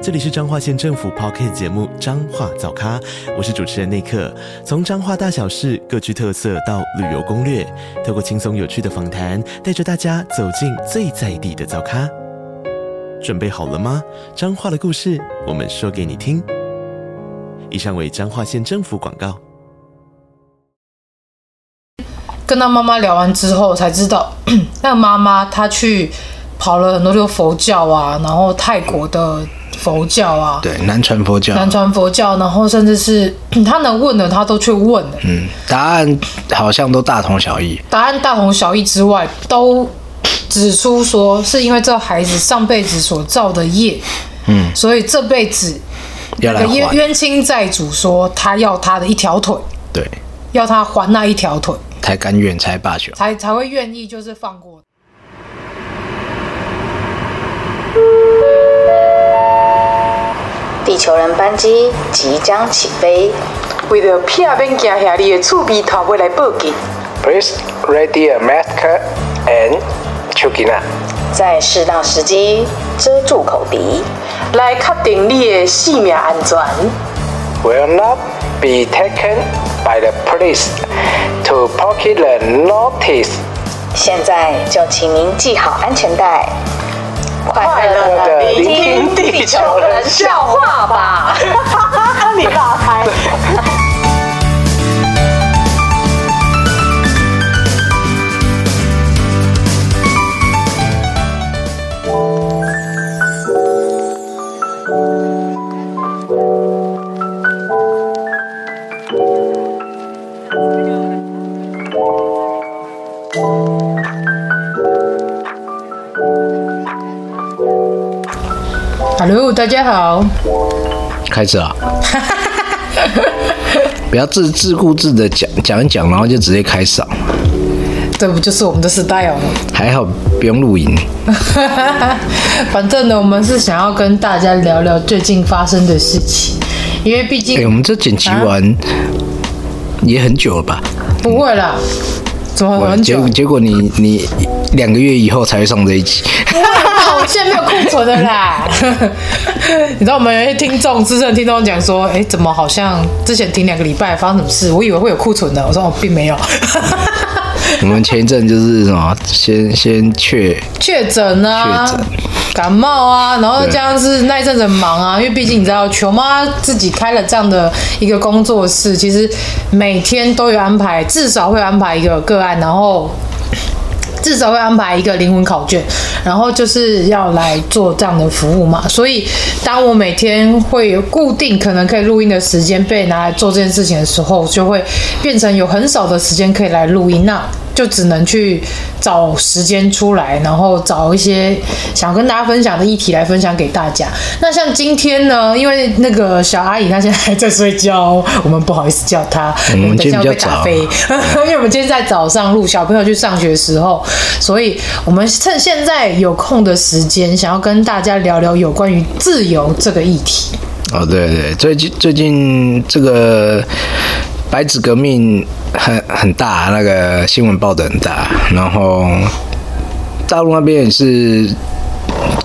这里是彰化县政府 p o c k t 节目《彰化早咖》，我是主持人内克。从彰化大小事各具特色到旅游攻略，透过轻松有趣的访谈，带着大家走进最在地的早咖。准备好了吗？彰化的故事，我们说给你听。以上为彰化县政府广告。跟他妈妈聊完之后才知道， 那个妈妈她去跑了很多就佛教啊，然后泰国的佛教啊，对，南传佛教，南传佛教，然后甚至是 她能问的她都去问了，嗯，答案好像都大同小异。答案大同小异之外，都指出说是因为这孩子上辈子所造的业，嗯，所以这辈子要来那个冤还，冤亲债主说他要他的一条腿，对，要他还那一条腿，才甘愿，才罢休。才才会愿意就是放过。地球人班机即将起飞，为着避免惊吓你的厝边头尾来报警。 Please ready a mask and chukina. 在适当时机遮住口鼻。来确定你的性命安全。 Will not be taken by the police to pocket the notice. 现在就请您系好安全带，快快乐乐的的聆聆听听地地球球人人笑笑话吧。 你打开。 Hello，大家好，开始 啊！不要自自顾自的讲讲一讲，然后就直接开嗓。这不就是我们的哦 style 吗？还好不用录影， 反正呢，我们是想要跟大家聊聊最近发生的事情，因为毕哎、竟我们这剪辑啊完也很久了吧？不会啦，怎么哦很结久果？结果你你两个月以后才会上这一集， 我现在没有库存的啦。 你知道我们有一些听众，资深听众讲说，哎、怎么好像之前停两个礼拜发生什么事？我以为会有库存的，我说我、哦、并没有。 我们前一阵就是什么，先先确确诊啊，确诊感冒啊，然后对加上是那一阵子很忙啊，因为毕竟你知道，球妈自己开了这样的一个工作室，其实每天都有安排，至少会安排一个个案，然后。至少会安排一个灵魂考卷，然后就是要来做这样的服务嘛。所以，当我每天会有固定可能可以录音的时间被拿来做这件事情的时候，就会变成有很少的时间可以来录音，那就只能去找时间出来，然后找一些想跟大家分享的议题来分享给大家。那像今天呢，因为那个小阿姨她现在还在睡觉，我们不好意思叫她，嗯我们等一今下天会被比较打早飞。 因为我们今天在早上录小朋友去上学的时候，所以我们趁现在有空的时间，想要跟大家聊聊有关于自由这个议题。哦，对对，最近最近这个白纸革命很很大，那个新闻报的很大，然后大陆那边也是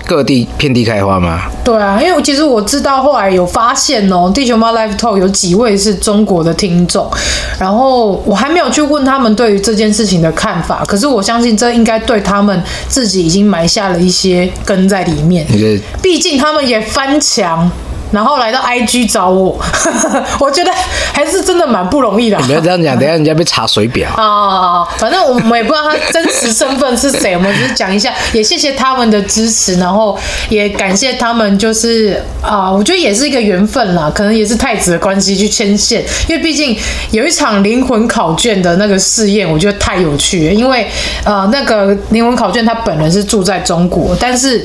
各地遍地开花嘛，对啊，因为其实我知道后来有发现哦，地球妈 Live Talk 有几位是中国的听众，然后我还没有去问他们对于这件事情的看法，可是我相信这应该对他们自己已经埋下了一些根在里面。一个毕竟他们也翻墙，然后来到 IG 找我， 我觉得还是真的蛮不容易的啊。不要这样讲，等一下人家被查水表。啊， 反正我们也不知道他真实身份是谁，我们只是讲一下，也谢谢他们的支持，然后也感谢他们，就是啊、我觉得也是一呃个缘分啦，可能也是太子的关系去牵线，因为毕竟有一场灵魂考卷的那个试验，我觉得太有趣了，因为呃，那个灵魂考卷他本人是住在中国，但是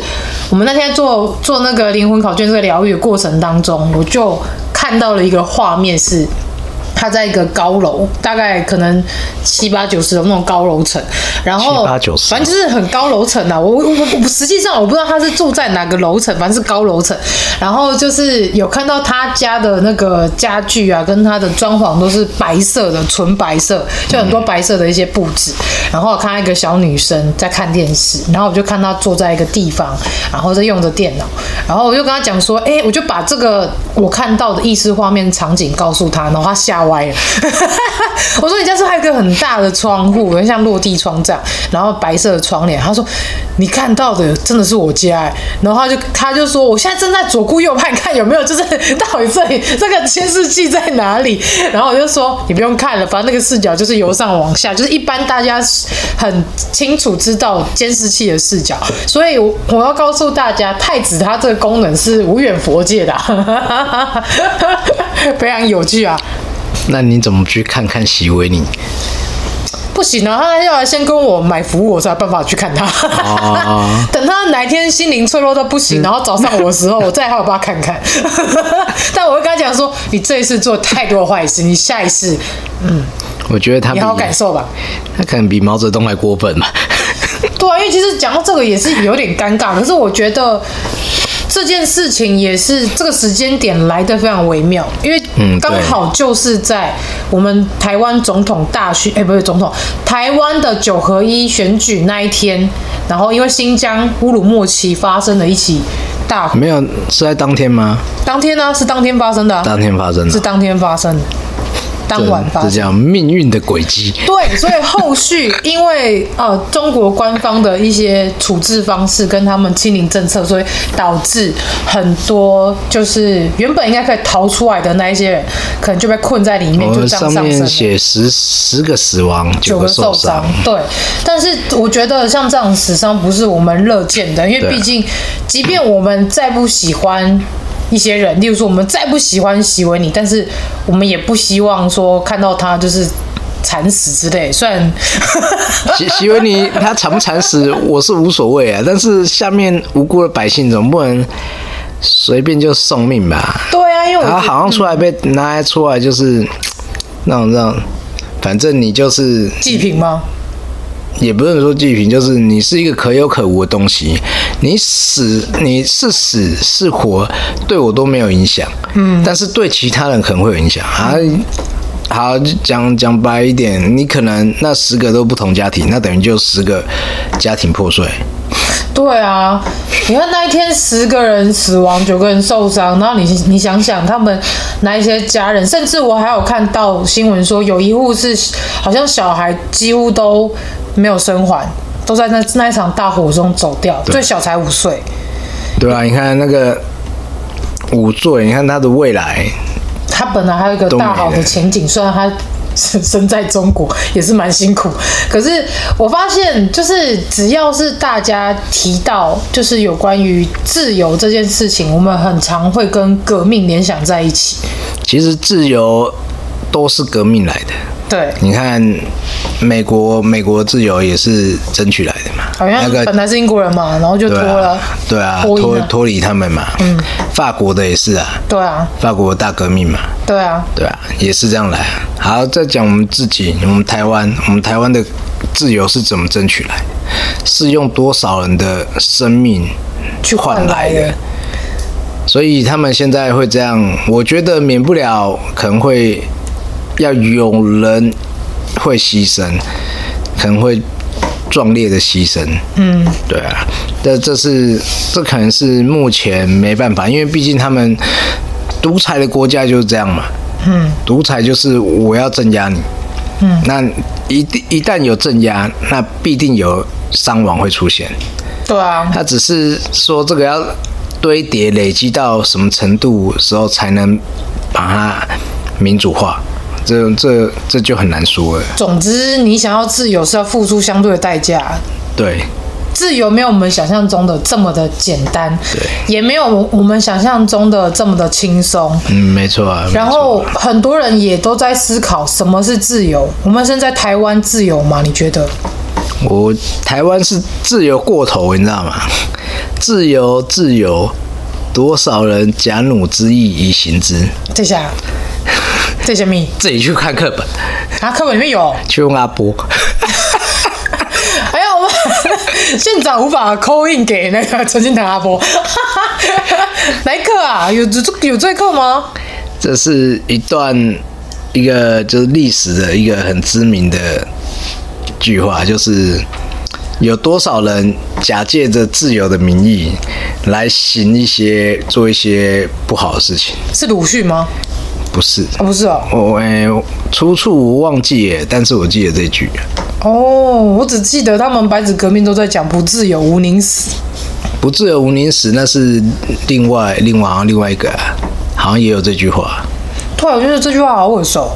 我们那天做做那个灵魂考卷这个疗愈的过程当中，我就看到了一个画面是。他在一个高楼，大概可能七八九十楼那种高楼层，然后七八九十反正就是很高楼层啊。我我我我实际上我不知道他是住在哪个楼层，反正是高楼层。然后就是有看到他家的那个家具啊，跟他的装潢都是白色的，纯白色，就很多白色的一些布置。然后我看到一个小女生在看电视，然后我就看她坐在一个地方，然后在用着电脑，然后我就跟她讲说，哎、我就把这个我看到的意识画面场景告诉她，然后她吓歪了。 我说你家是不是还有一个很大的窗户，很像落地窗这样，然后白色的窗帘。她说你看到的真的是我家、欸然后她就她就说我现在正在左顾右盼看有没有，就是到底这里这个监视器在哪里。然后我就说你不用看了，反正那个视角就是由上往下，就是一般大家很清楚知道监视器的视角。所以我我要告诉大家，太子它这个功能是无远佛界的啊、 非常有趣啊。那你怎么去看看席维尼？不行啊，他要来先跟我买服务，我才有办法去看他。 等他哪一天心灵脆弱到不行，然后找上我的时候，我再好好帮他看看。 但我会跟他讲说，你这一次做太多坏事，你下一次我觉得他你比好好感受吧。他可能比毛泽东还过分吧。对啊，因为其实讲到这个也是有点尴尬，可是我觉得这件事情也是这个时间点来的非常微妙，因为嗯对刚好就是在我们台湾总统大选，哎、不是总统，台湾的九合一选举那一天，然后因为新疆乌鲁木齐发生了一起大火，没有是在当天吗？当天呢、是当天发生的、啊当，天发生的，是当天发生的，当晚发这生这。叫命运的轨迹。对，所以后续因为呃中国官方的一些处置方式跟他们清零政策，所以导致很多就是原本应该可以逃出来的那一些人，可能就被困在里面，就我这样呃哦上上升面了。写十十个死亡，九个个受伤伤。，对。但是我觉得像这样的死伤不是我们乐见的，因为对毕竟，即便我们再不喜欢一些人，例如说我们再不喜欢席维尼，但是我们也不希望说看到他就是惨死之类。虽然 席席维尼他惨不惨死，我是无所谓啊，但是下面无辜的百姓总不能随便就送命吧？对啊，因为我然后觉得好像出来被拿来出来就是那种那种，反正你就是祭品吗？也不是说祭品，就是你是一个可有可无的东西，你死你是死是活，对我都没有影响，嗯，但是对其他人可能会有影响啊。好，讲讲白一点，你可能那十个都不同家庭，那等于就十个家庭破碎。对啊，你看那一天十个人死亡，九个人受伤，然后你你想想他们那一些家人，甚至我还有看到新闻说有一户是好像小孩几乎都没有生还，都在那那一场大火中走掉，最小才五岁。对啊，你看那个五罪，你看他的未来，他本来还有一个大好的前景，虽然他是身在中国也是蛮辛苦，可是我发现，就是只要是大家提到就是有关于自由这件事情，我们很常会跟革命联想在一起。其实自由都是革命来的。对，你看，美国美国自由也是争取来的嘛，好像那个本来是英国人嘛，然后就脱对了啊，，对啊，脱英脱了脱离他们嘛。嗯，法国的也是啊，对啊，法国大革命嘛，对啊，对啊，也是这样来。好，再讲我们自己，我们台湾，我们台湾的自由是怎么争取来的？是用多少人的生命去换换来来的的？所以他们现在会这样，我觉得免不了可能会要有人会牺牲，可能会壮烈的牺牲。嗯，对啊，这这是这可能是目前没办法，因为毕竟他们独裁的国家就是这样嘛。嗯，独裁就是我要镇压你。嗯，那一定一旦有镇压，那必定有伤亡会出现。对啊，他只是说这个要堆叠累积到什么程度时候才能把它民主化，这这这就很难说了。总之你想要自由是要付出相对的代价，对，自由没有我们想象中的这么的简单，对也没有我们想象中的这么的轻松。嗯，没错啊。然后没错啊很多人也都在思考什么是自由。我们身在台湾自由吗？你觉得？我台湾是自由过头，你知道吗？自由，自由，多少人假奴之意以行之？这下这些米自己去看课本，啊，课本里面有。 去问阿波。哎呀，我们 县长无法扣印给那个陈金堂阿伯， 哪一课啊？有有这有这课吗？这是一段一个就是历史的一个很知名的句话，就是有多少人假借着自由的名义来行一些做一些不好的事情？是鲁迅吗？不是，啊，不是哦，我哎、出处我忘记了，但是我记得这句。哦，我只记得他们白纸革命都在讲不自由无宁死。不自由无宁死，那是另外另外好像另外一个、啊，好像也有这句话。突然我觉得这句话好耳熟，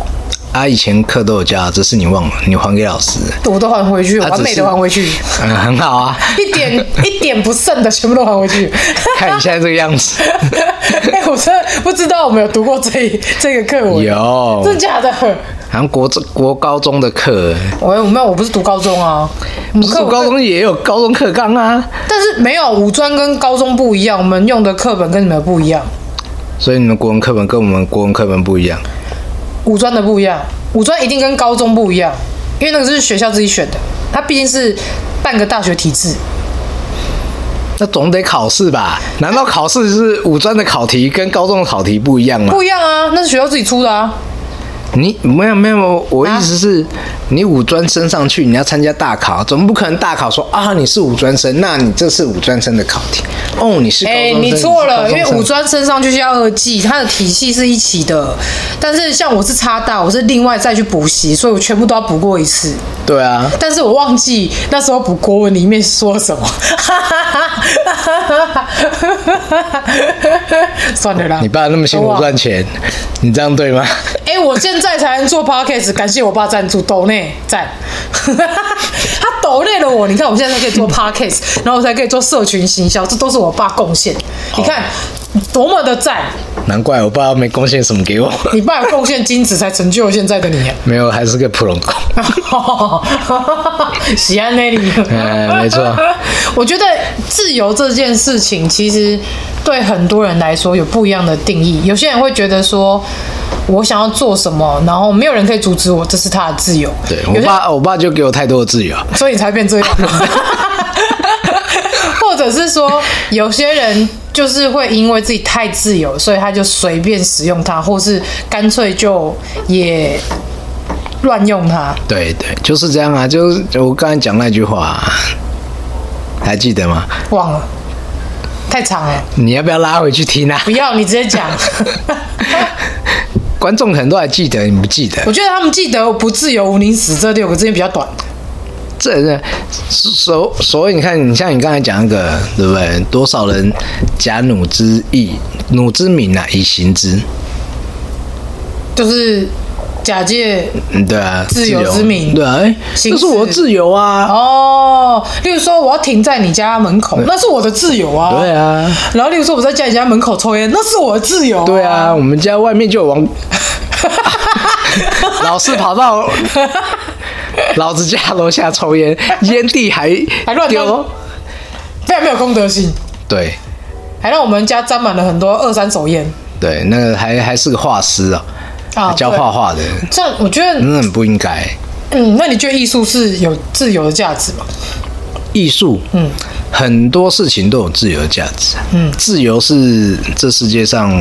啊，以前课都有教，只是你忘了，你还给老师，我都还回去，他只是完美的还回去，嗯，很好啊。一 点一点不剩的全部都还回去。看你现在这个样子，哎、我真的不知道我们有读过这一这个课文，有真的假的？好像国中国高中的课，我我没有，我不是读高中啊，我们不是课文高中也有高中课纲啊，但是没有五专跟高中不一样，我们用的课本跟你们不一样，所以你们国文课本跟我们国文课本不一样。五专的不一样，五专一定跟高中不一样，因为那个是学校自己选的，它毕竟是半个大学体制。那总得考试吧？难道考试是五专的考题跟高中的考题不一样吗？不一样啊，那是学校自己出的啊。你没有没有，我啊意思是，你五专升上去，你要参加大考，总不可能大考说啊你是五专生，那你这是五专生的考题，哦你是高中哎、生，你错了，因为你是高中生五专升上去是要二技，它的体系是一起的。但是像我是插大，我是另外再去补习，所以我全部都要补过一次。对啊，但是我忘记那时候补国文里面说什么。 算了啦，你爸那么辛苦都忘了赚钱，你这样对吗？哎、我现在才能做 podcast，感谢我爸赞助抖内赞， 他抖内了我，你看我现在才可以 做 podcast，然后我才可以做社群行销，这都是我爸贡献，你看多么的赞！难怪我爸没贡献什么给我，你爸有贡献精子才成就现在的你、啊， 没有还是个普通工。喜安那里，哎没错。 我觉得自由这件事情，其实对很多人来说有不一样的定义。有些人会觉得说，我想要做什么，然后没有人可以阻止我，这是他的自由。对有我些爸，我爸就给我太多的自由，所以你才变这样。 或者是说，有些人就是会因为自己太自由，所以他就随便使用它，或是干脆就也乱用它。对对，就是这样啊，就是我刚才讲那句话啊、还记得吗？忘了，太长了，你要不要拉回去听啊？ 不要你直接讲。观众很多还记得，你不记得我？觉得他们记得“不自由无宁死”这六个字眼比较短。这这所所以你看，你像你刚才讲那个，对不对？多少人假弩之意，弩之名啊，以行之。就是假借嗯，对啊，自由之名对啊，哎，行这是我的之自由啊，哦，例如说我要停在你家门口，那是我的自由啊。对啊，然后例如说我在家里家门口抽烟，那是我的自由、对啊，我们家外面就有 王，老是跑到老子家楼下抽烟，烟蒂还还乱丢丢，，非常没有公德心，对还让我们家沾满了很多二三手烟对，那个还还是个画师啊，啊，教画对。画的，这样我觉得，真的很不应该。嗯，那你觉得艺术是有自由的价值吗？艺术，嗯，很多事情都有自由价值，嗯，自由是这世界上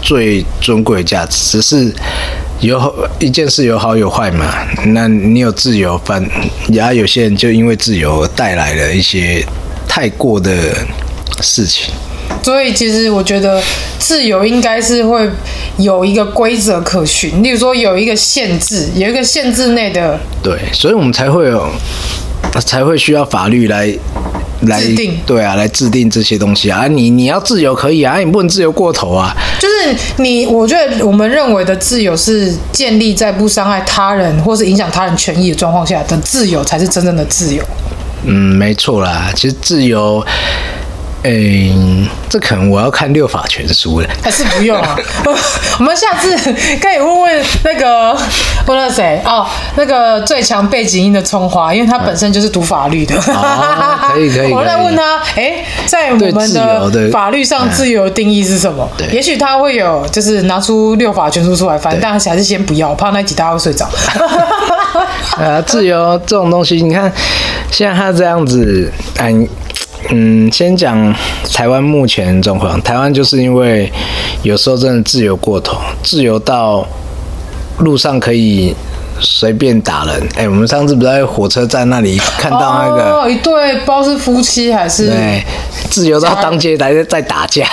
最尊贵的价值，只是有好一件事有好有坏嘛。那你有自由，反然后有些人就因为自由而带来了一些太过的事情，所以其实我觉得自由应该是会有一个规则可循，例如说有一个限制，有一个限制内的对，所以我们才会有才会需要法律来。来制定对啊，来制定这些东西啊！啊你你要自由可以啊，你不能自由过头啊。就是你，我觉得我们认为的自由是建立在不伤害他人或是影响他人权益的状况下的自由，才是真正的自由。嗯，没错啦。其实自由嗯，这可能我要看六法全书 了。还是不用啊。我们下次可以问问那个问了谁哦，那个最强背景音的葱花，因为他本身就是读法律的。哦可以可 以我在可以问他，哎，在我对们自由的的法律上自由的定义是什么？对也许他会有，就是拿出六法全书出来翻，对但还是先不要，怕那一集大家会睡着。啊，自由这种东西，你看，像他这样子，嗯嗯，先讲台湾目前的状况。台湾就是因为有时候真的自由过头，自由到路上可以随便打人。哎、我们上次不是在火车站那里看到那个， 哦，一对，不知道是夫妻还是对，自由到当街来在打架。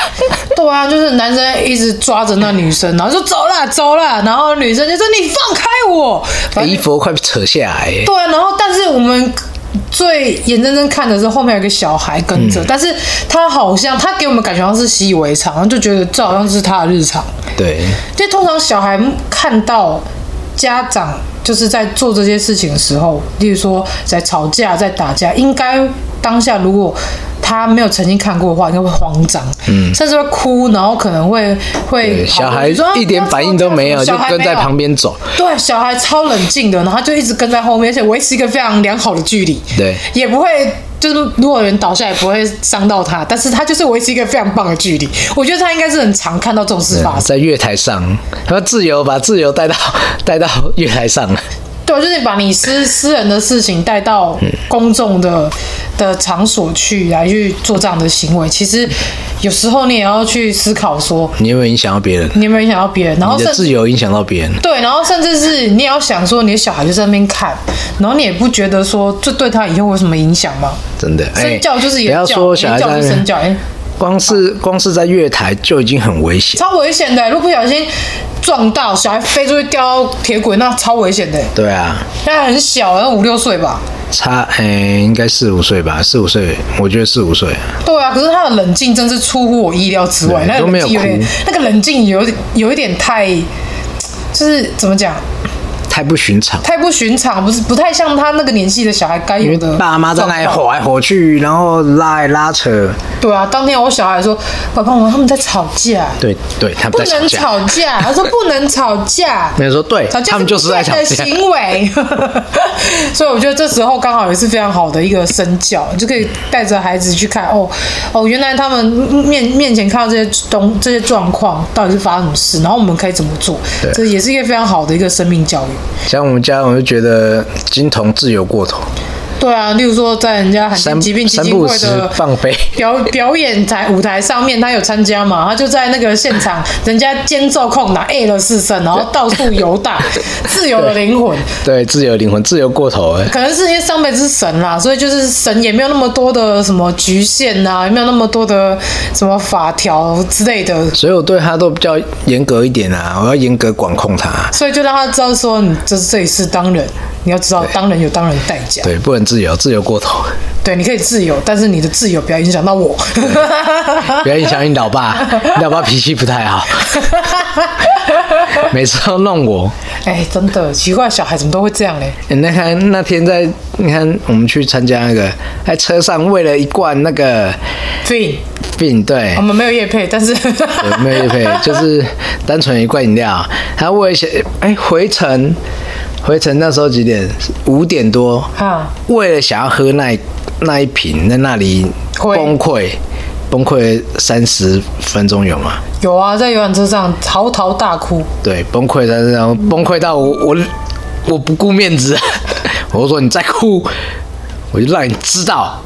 对啊，就是男生一直抓着那女生，然后就走啦走啦，然后女生就说你放开我，反正衣服快扯下来、对啊，然后但是我们最眼睁睁看的是后面有一个小孩跟嗯着，但是他好像他给我们感觉好像是习以为常，然后就觉得这好像是他的日常。对，就通常小孩看到家长就是在做这些事情的时候，例如说在吵架、在打架，应该当下如果他没有曾经看过的话，应该会慌张，嗯，甚至会哭，然后可能会会对跑过小去孩说啊一点不要吵反应都架没有，小就孩跟在没有旁边走。对，小孩超冷静的，然后他就一直跟在后面，而且维持一个非常良好的距离，对也不会就是如果有人倒下也不会伤到他，但是他就是维持一个非常棒的距离。我觉得他应该是很常看到这种事发生。嗯在月台上，然后自由把自由带到带到月台上，对，就是把你私私人的事情带到公众的的场所去来去做这样的行为，其实有时候你也要去思考说，你有没有影响到别人？你有没有影响到别人，然后你甚的自由影响到别人，对，然后甚至是你也要想说，你的小孩就在那边看，然后你也不觉得说这对他以后有什么影响吗？真的。哎身教就是不言要教，说小言孩在教那就是身边教，哎、光是光是在月台就已经很危险。超危险的、如果不小心撞到小孩飞出去掉到铁轨，那超危险的、对啊，那很小，那五六岁吧。差哎、应该四五岁吧，四五岁，我觉得四五岁。对啊，可是他的冷静真是出乎我意料之外，对那个都没冷有静有点哭，那个冷静有有一点太，就是怎么讲，太不寻常，太不寻常，不是不太像他那个年纪的小孩该因有为的。爸妈在那里吼。来吼去，然后拉来拉扯，对啊，当天我小孩说：“爸爸妈妈他们在吵架，对对，他们不在吵能架。吵架。”他说：“不能吵架。” 没人说对吵，架哎他们就是在不吵对的架。行为， 所以我觉得这时候刚好也是非常好的一个身教，你就可以带着孩子去看哦哦，原来他们面面前看到这些东这些状况到底是发生什么事，然后我们可以怎么做，这也是一个非常好的一个生命教育。像我们家，我就觉得金童自由过头，对啊，例如说在人家罕见三疾病基三金不会时的放飞。 表表演台舞台上面，他有参加嘛？他就在那个现场，人家间奏控拿 A 了四声，然后到处游荡， 自由的灵魂。对，自由灵魂，自由过头哎了。可能是因为上辈子是神啦，所以就是神也没有那么多的什么局限呐、也没有那么多的什么法条之类的，所以我对他都比较严格一点啊，我要严格管控他。所以就让他知道说，你这这里是当人，你要知道当人有当人的代价，对，不能自由，自由过头，对，你可以自由，但是你的自由不要影响到我。不要影响你老爸。 你老爸脾气不太好， 每次都弄我。 哎，真的奇怪，小孩怎么都会这样嘞？欸那看那天在，你看我们去参加那个，在车上为了一罐那个所以病，对我，们没有叶配，但是有没有叶 配？就是单纯一罐饮料，他为了想，哎、回程，回程那时候几点？五点多，啊，为了想要喝那一那一瓶，在那里会崩溃，崩溃三十分钟有吗？有啊，在游览车上嚎啕大哭，对，崩溃到然后崩溃到我我我不顾面子， 我说你再哭，我就让你知道，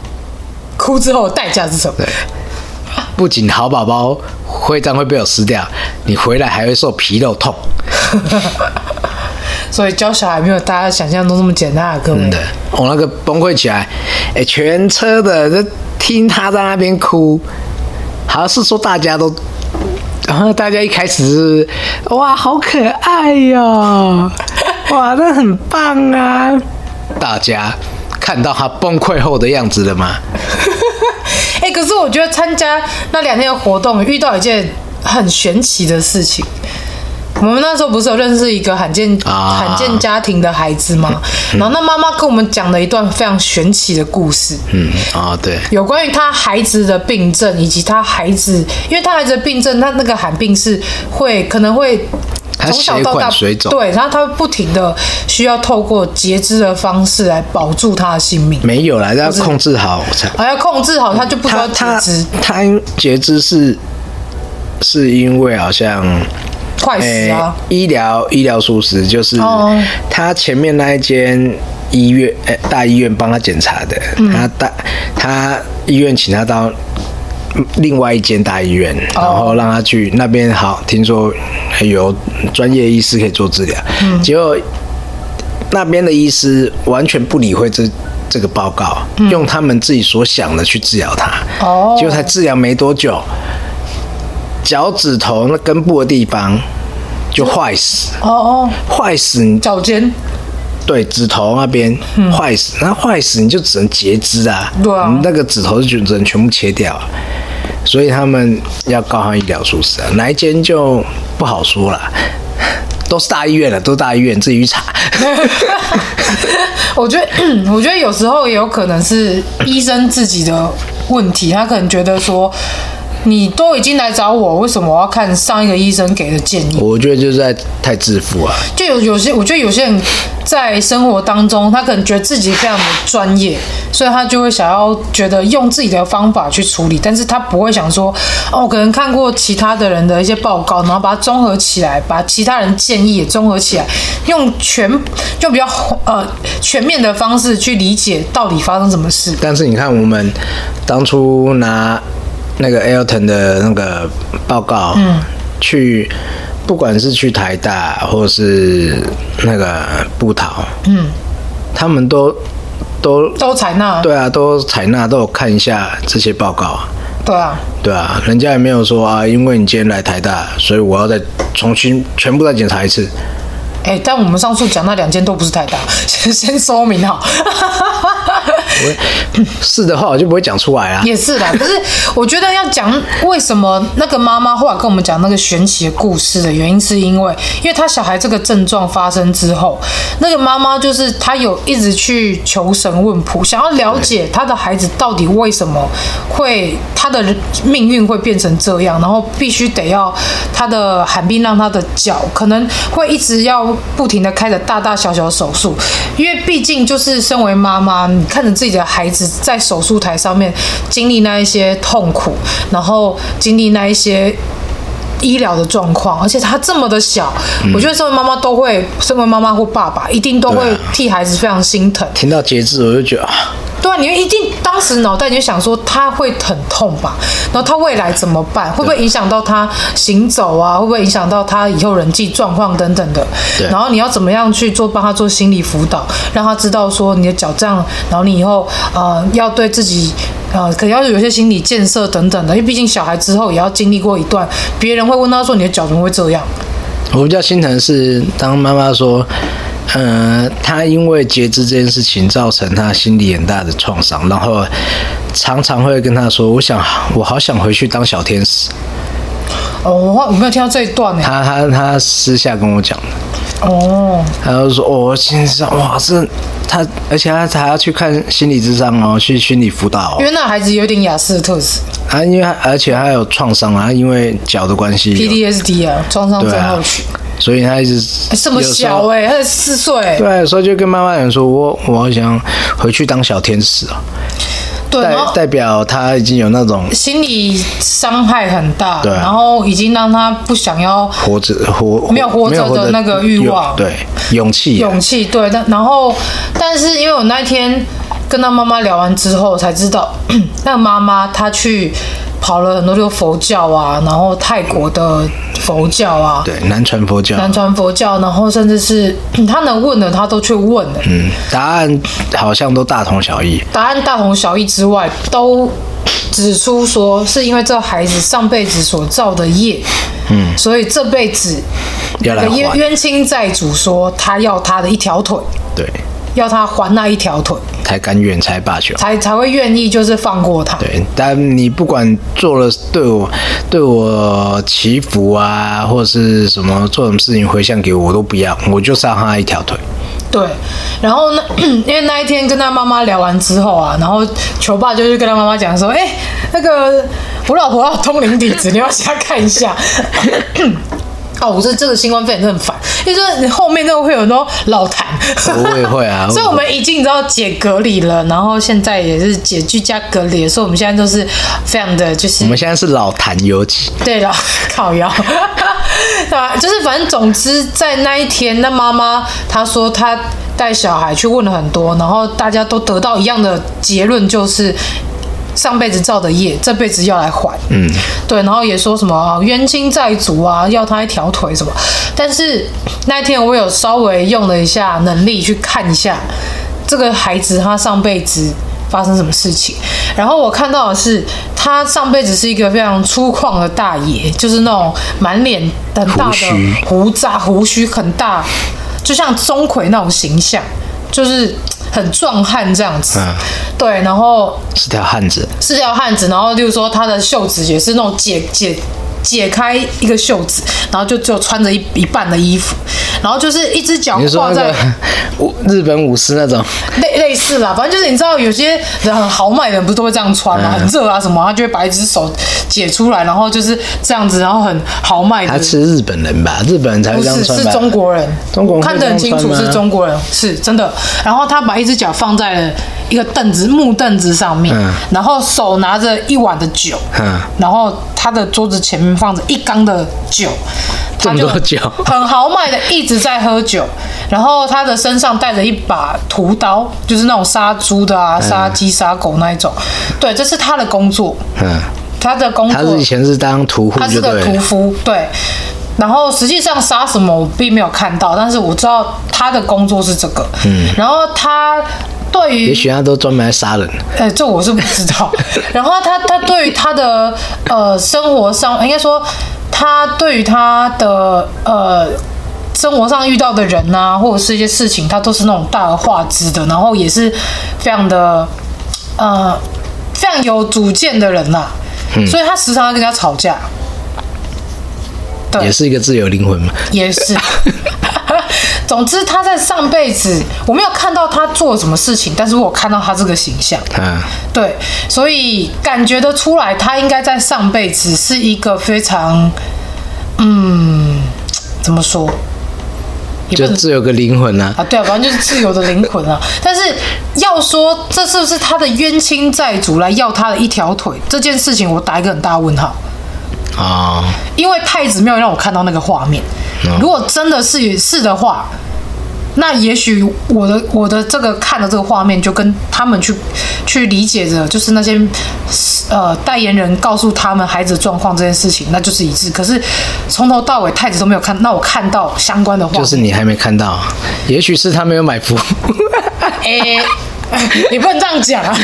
哭之后的代价是什么？不仅好宝宝徽章会被我撕掉，你回来还会受皮肉痛。所以教小孩没有大家想象中那么简单啊，各位真。的，我、哦那个崩溃起来，哎，全车的都听他在那边哭，好像是说大家都，然后大家一开始是哇，好可爱哟、 哇，那很棒啊！大家看到他崩溃后的样子了吗？哎、可是我觉得参加那两天的活动，遇到一件很玄奇的事情。我们那时候不是有认识一个罕见、啊嗯罕见家庭的孩子吗？然后那妈妈跟我们讲了一段非常玄奇的故事。嗯，哦，对，有关于他孩子的病症，以及他孩子，因为他孩子的病症，他那个罕病是会可能会他从小到血大管水肿对，然后他会不停的需要透过截肢的方式来保住他的性命，没有啦，要控制好才。而要控制好他就不需他要他截肢，他因截肢是是因为好像快死啊！医疗医疗疏失，就是哦他前面那一间医院，呃、大医院帮他检查的，嗯他大他医院请他到另外一间大医院，哦然后让他去那边好，听说有专业医师可以做治疗，嗯结果那边的医师完全不理会这。这个报告用他们自己所想的去治疗他，嗯哦结果才治疗没多久，脚趾头那根部的地方就坏死，哦哦，坏死你脚尖对指头那边坏死，那坏死你就只能截肢啊，嗯对啊你那个指头就只能全部切掉啊、所以他们要告他医疗疏失啊，哪一间就不好说了。都是大医院了，都是大医院，自己去查。我觉得， 我觉得有时候也有可能是医生自己的问题，他可能觉得说，你都已经来找我，为什么我要看上一个医生给的建议？我觉得就是在太自负啊，就有有些，我觉得有些人在生活当中，他可能觉得自己非常的专业，所以他就会想要觉得用自己的方法去处理，但是他不会想说，哦，可能看过其他的人的一些报告，然后把它综合起来，把其他人建议也综合起来，用全用比较呃全面的方式去理解到底发生什么事。但是你看，我们当初拿那个 Elton 的那个报告，嗯，去不管是去台大或是那个布桃，嗯，他们都都都采纳，对啊，都采纳，都有看一下这些报告啊。对啊，对啊，人家也没有说啊，因为你今天来台大，所以我要再重新全部再检查一次。哎，但我们上述讲那两件都不是太大， 先先说明好。 是的话，我就不会讲出来啊。也是啦，可是我觉得要讲为什么那个妈妈后来跟我们讲那个玄奇的故事的原因，是因为因为她小孩这个症状发生之后，那个妈妈就是她有一直去求神问卜，想要了解她的孩子到底为什么会她的命运会变成这样，然后必须得要她的寒冰让她的脚可能会一直要不停的开着大大小小的手术，因为毕竟就是身为妈妈，你看着自己的孩子在手术台上面经历那一些痛苦，然后经历那一些。医疗的状况，而且他这么的小，我觉得身为妈妈都会，身为妈妈或爸爸一定都对会啊替孩子非常心疼。听到截肢，我就觉得啊，对啊，你一定当时脑袋你就想说他会很痛吧，然后他未来怎么办？会不会影响到他行走啊？会不会影响到他以后人际状况等等的？对然后你要怎么样去做帮他做心理辅导，让他知道说你的脚这样，然后你以后呃要对自己。呃，可能要有一些心理建设等等的，因为毕竟小孩之后也要经历过一段，别人会问他说你的脚怎么会这样？我比较心疼的是，当妈妈说，呃，她因为截肢这件事情造成她心理很大的创伤，然后常常会跟她说，我想我好想回去当小天使。哦，我我没有听到这一段呢。她她她私下跟我讲的，哦，她就说，哦，我心里想，哇，这她，而且她还要去看心理智商哦，去心理辅导、因哦。为那孩子有点雅思的特质啊，因为她而且她有创伤啊，她因为脚的关系有， ，PDSD 啊，创伤对症候啊群。，所以她一直欸这么有时候小哎、欸，他才四岁、对，有时候就跟妈妈讲说，我我好想回去当小天使哦。对，代然后代表他已经有那种心理伤害很大，对啊然后已经让他不想要活着活没有活着的没有那个欲望有对勇气啊、勇气，对，但然后但是因为我那天跟他妈妈聊完之后才知道， 那妈妈她去跑了很多就佛教啊，然后泰国的佛教啊，对啊南传佛教，南传佛教，然后甚至是她能问的她都去问了，嗯，答案好像都大同小异。答案大同小异之外，都指出说是因为这孩子上辈子所造的业，嗯，所以这辈子要来有个冤还冤亲债主说他要他的一条腿，对，要他还那一条腿，才甘愿才罢休。才才会愿意就是放过他。对，但你不管做了对我对我祈福啊，或是什么做什么事情回向给我，我都不要，我就杀他一条腿。对，然后呢， 因为那一天跟他妈妈聊完之后啊，然后球爸就是跟他妈妈讲说，哎、那个我老婆要有通灵底子，你要先看一 下。哦，我是这个新冠肺炎真的很烦，因为说你后面那个会有很多老痰，我也会 啊所以我们已经你知道解隔离了，然后现在也是解居家隔离，所以我们现在都是非常的就是我们现在是老坛油漆，对了， 靠腰，对吧？就是反正总之，在那一天，那妈妈她说她带小孩去问了很多，然后大家都得到一样的结论，就是。上辈子造的业，这辈子要来还。嗯，对，然后也说什么啊冤亲债主啊，要他一条腿什么。但是那一天我有稍微用了一下能力去看一下这个孩子他上辈子发生什么事情。然后我看到的是，他上辈子是一个非常粗犷的大爷，就是那种满脸很大胡须的胡渣、胡须很大，就像钟馗那种形象，就是很壮汉这样子。嗯对，然后是条汉子，是条汉子，然后例如说他的袖子也是那种解解解开一个袖子，然后就只有穿着一一半的衣服，然后就是一只脚你是说跨那在个 武日本武士那种？ 类类似啦，反正就是你知道有些人很豪迈的人不是都会这样穿吗？很热啊什么，他就会把一只手解出来，然后就是这样子，然后很豪迈他的。吃日本人吧？日本人才会不这样是，穿是吧？中国人，中国人会看得很清这楚样穿是吗中国人，是真的。然后他把一只脚放在了一个凳子木凳子上面，嗯然后手拿着一碗的酒，嗯然后他的桌子前面放着一缸的酒，这他么就多酒很豪迈的一直在喝酒，然后他的身上带着一把屠刀，就是那种杀猪的啊、杀鸡、杀狗那一种。对，这是他的工作，嗯，他的工作。他是以前是当屠户他就是对个屠了，夫，对。然后实际上杀什么我并没有看到，但是我知道他的工作是这个。嗯。然后他对于也许他都专门来杀人。呃，这我是不知道。然后他他对于他的呃生活上，应该说他对于他的呃生活上遇到的人呐、或者是一些事情，他都是那种大而化之的，然后也是非常的呃非常有主见的人呐、嗯所以他时常要跟人家吵架。对嗯也是一个自由灵魂嘛，也 是。总之，他在上辈子我没有看到他做了什么事情，但是我有看到他这个形象，嗯，对，所以感觉得出来，他应该在上辈子是一个非常，嗯，怎么说？也不就能自由个灵魂啊，啊，对啊，反正就是自由的灵魂啊。但是要说这是不是他的冤亲债主来要他的一条腿这件事情，我打一个很大问号。哦，因为太子没有让我看到那个画面。啊如果真的是是的话，那也许我的我的这个看的这个画面，就跟他们去去理解着，就是那些呃代言人告诉他们孩子的状况这件事情，那就是一致。可是从头到尾太子都没有看，那我看到相关的画面，就是你还没看到，也许是他没有买符，诶、你不能这样讲啊！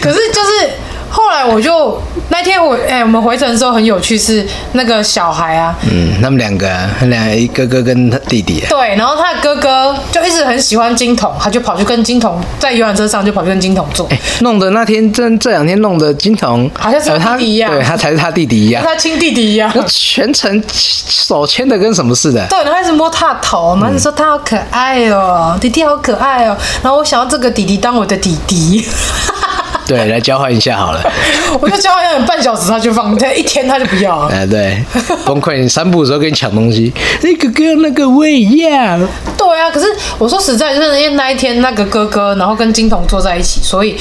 可是就是后来我就那天我哎、我们回程的时候很有趣是，那个小孩啊， 嗯，他们两个啊，他两个一哥哥跟他弟弟啊，对，然后他的哥哥就一直很喜欢金童，他就跑去跟金童在游览车上就跑去跟金童坐，哎弄的那天这这两天弄的金童好像是他呃他弟弟一样对他才是他弟弟一跟样，他亲弟弟一样。那全程手牵的跟什么似的，对，然后他一直摸他的头，然后就说他好可爱哦，弟弟好可爱哦，然后我想要这个弟弟当我的弟弟， 对，来交换一下好了，我就教他半小时，他就放，他一天他就不要了。 哎，对，崩溃，你散步的时候跟你抢东西， 那哥哥那个我也要，对啊，可是我说实在，就是因为那一天那个哥哥，然后跟金童坐在一起，所以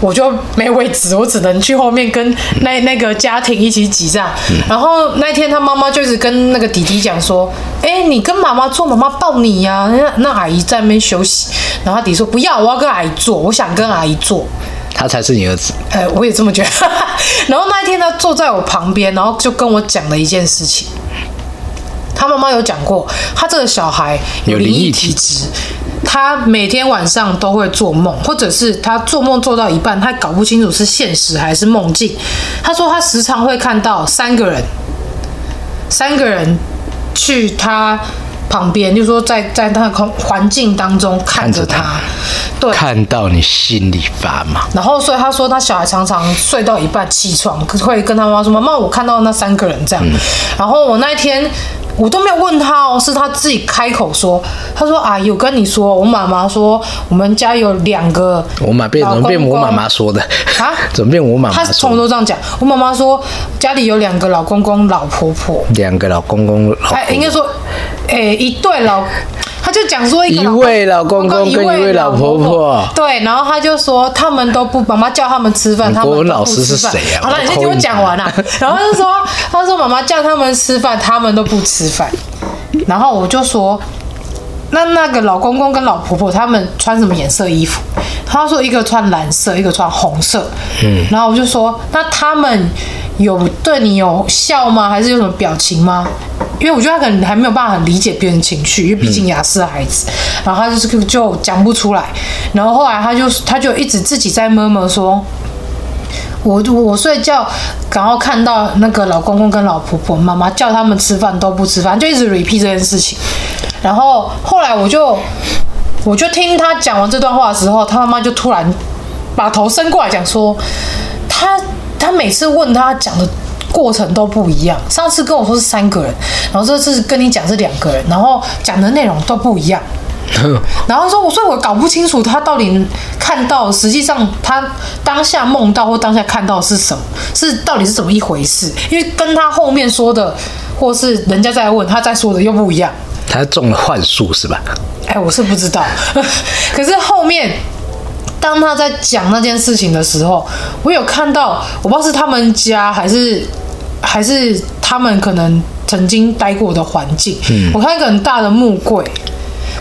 我就没位置，我只能去后面跟那那个家庭一起挤这样。然后那天他妈妈就一直跟那个弟弟讲说：“哎、你跟妈妈坐，妈妈抱你呀、那那阿姨在那边休息。”然后他弟说：“不要，我要跟阿姨坐，我想跟阿姨坐。”他才是你儿子，呃，我也这么觉得。 然后那一天他坐在我旁边，然后就跟我讲了一件事情。他妈妈有讲过，他这个小孩有有灵灵异异体体质，他每天晚上都会做梦，或者是他做梦做到一半，他搞不清楚是现实还是梦境。他说他时常会看到三个人，三个人去他旁边，就是说在在那个环境当中看着看着他他，对，看到你心里发麻。然后，所以他说他小孩常常睡到一半起床，会跟他妈说：“妈妈，我看到那三个人这样。嗯然后我那一天我都没有问他哦，是他自己开口说，他说：“啊，有跟你说，我妈妈说我们家有两个我妈变老怎么公变我妈公妈说的啊 怎么变我妈他妈从说头的？都这样讲。我妈妈说家里有两个老公公、老婆婆，两个老公公，老哎，应该说，哎，一对老，他就讲说一个一位老公公跟一位老婆婆对，然后他就说他们都不，妈妈叫他们吃饭，你他们国文都不老师吃是饭谁啊好了，我你都先扣听我印讲完啊。然后他就说，他说妈妈叫他们吃饭，他们都不吃饭，然后我就说。那那个老公公跟老婆婆他们穿什么颜色衣服？他说一个穿蓝色，一个穿红色。嗯，然后我就说，那他们有对你有笑吗？还是有什么表情吗？因为我觉得他可能还没有办法很理解别人情绪，因为毕竟雅思的孩子，然后他就是就讲不出来，然后后来他就他就一直自己在摸摸说，我我睡觉，然后看到那个老公公跟老婆婆，妈妈叫他们吃饭都不吃饭，就一直 repeat 这件事情。然后后来我就我就听他讲完这段话的时候，他妈妈就突然把头伸过来讲说，他他每次问他讲的过程都不一样，上次跟我说是三个人，然后这次跟你讲是两个人，然后讲的内容都不一样。然后说，我说我搞不清楚他到底看到，实际上他当下梦到或当下看到是什么，是到底是怎么一回事？因为跟他后面说的，或是人家在问他在说的又不一样。他中了幻术是吧？哎，我是不知道， 可是后面。当他在讲那件事情的时候，我有看到，我不知道是他们家还是还是他们可能曾经待过的环境。嗯我看一个很大的木柜，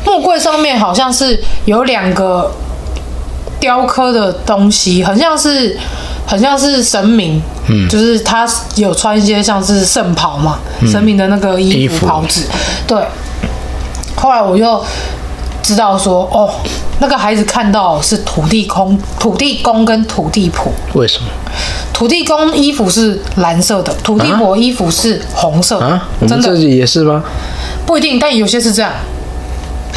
木柜上面好像是有两个雕刻的东西，很像是很像是神明，嗯，就是他有穿一些像是圣袍嘛，神明的那个衣嗯衣服服袍子，对。后来我就知道说，哦，那个孩子看到是土地公、土地公跟土地婆，为什么土地公衣服是蓝色的，土地婆衣服是红色的，啊？我真们这的里也是吗？不一定，但有些是这样。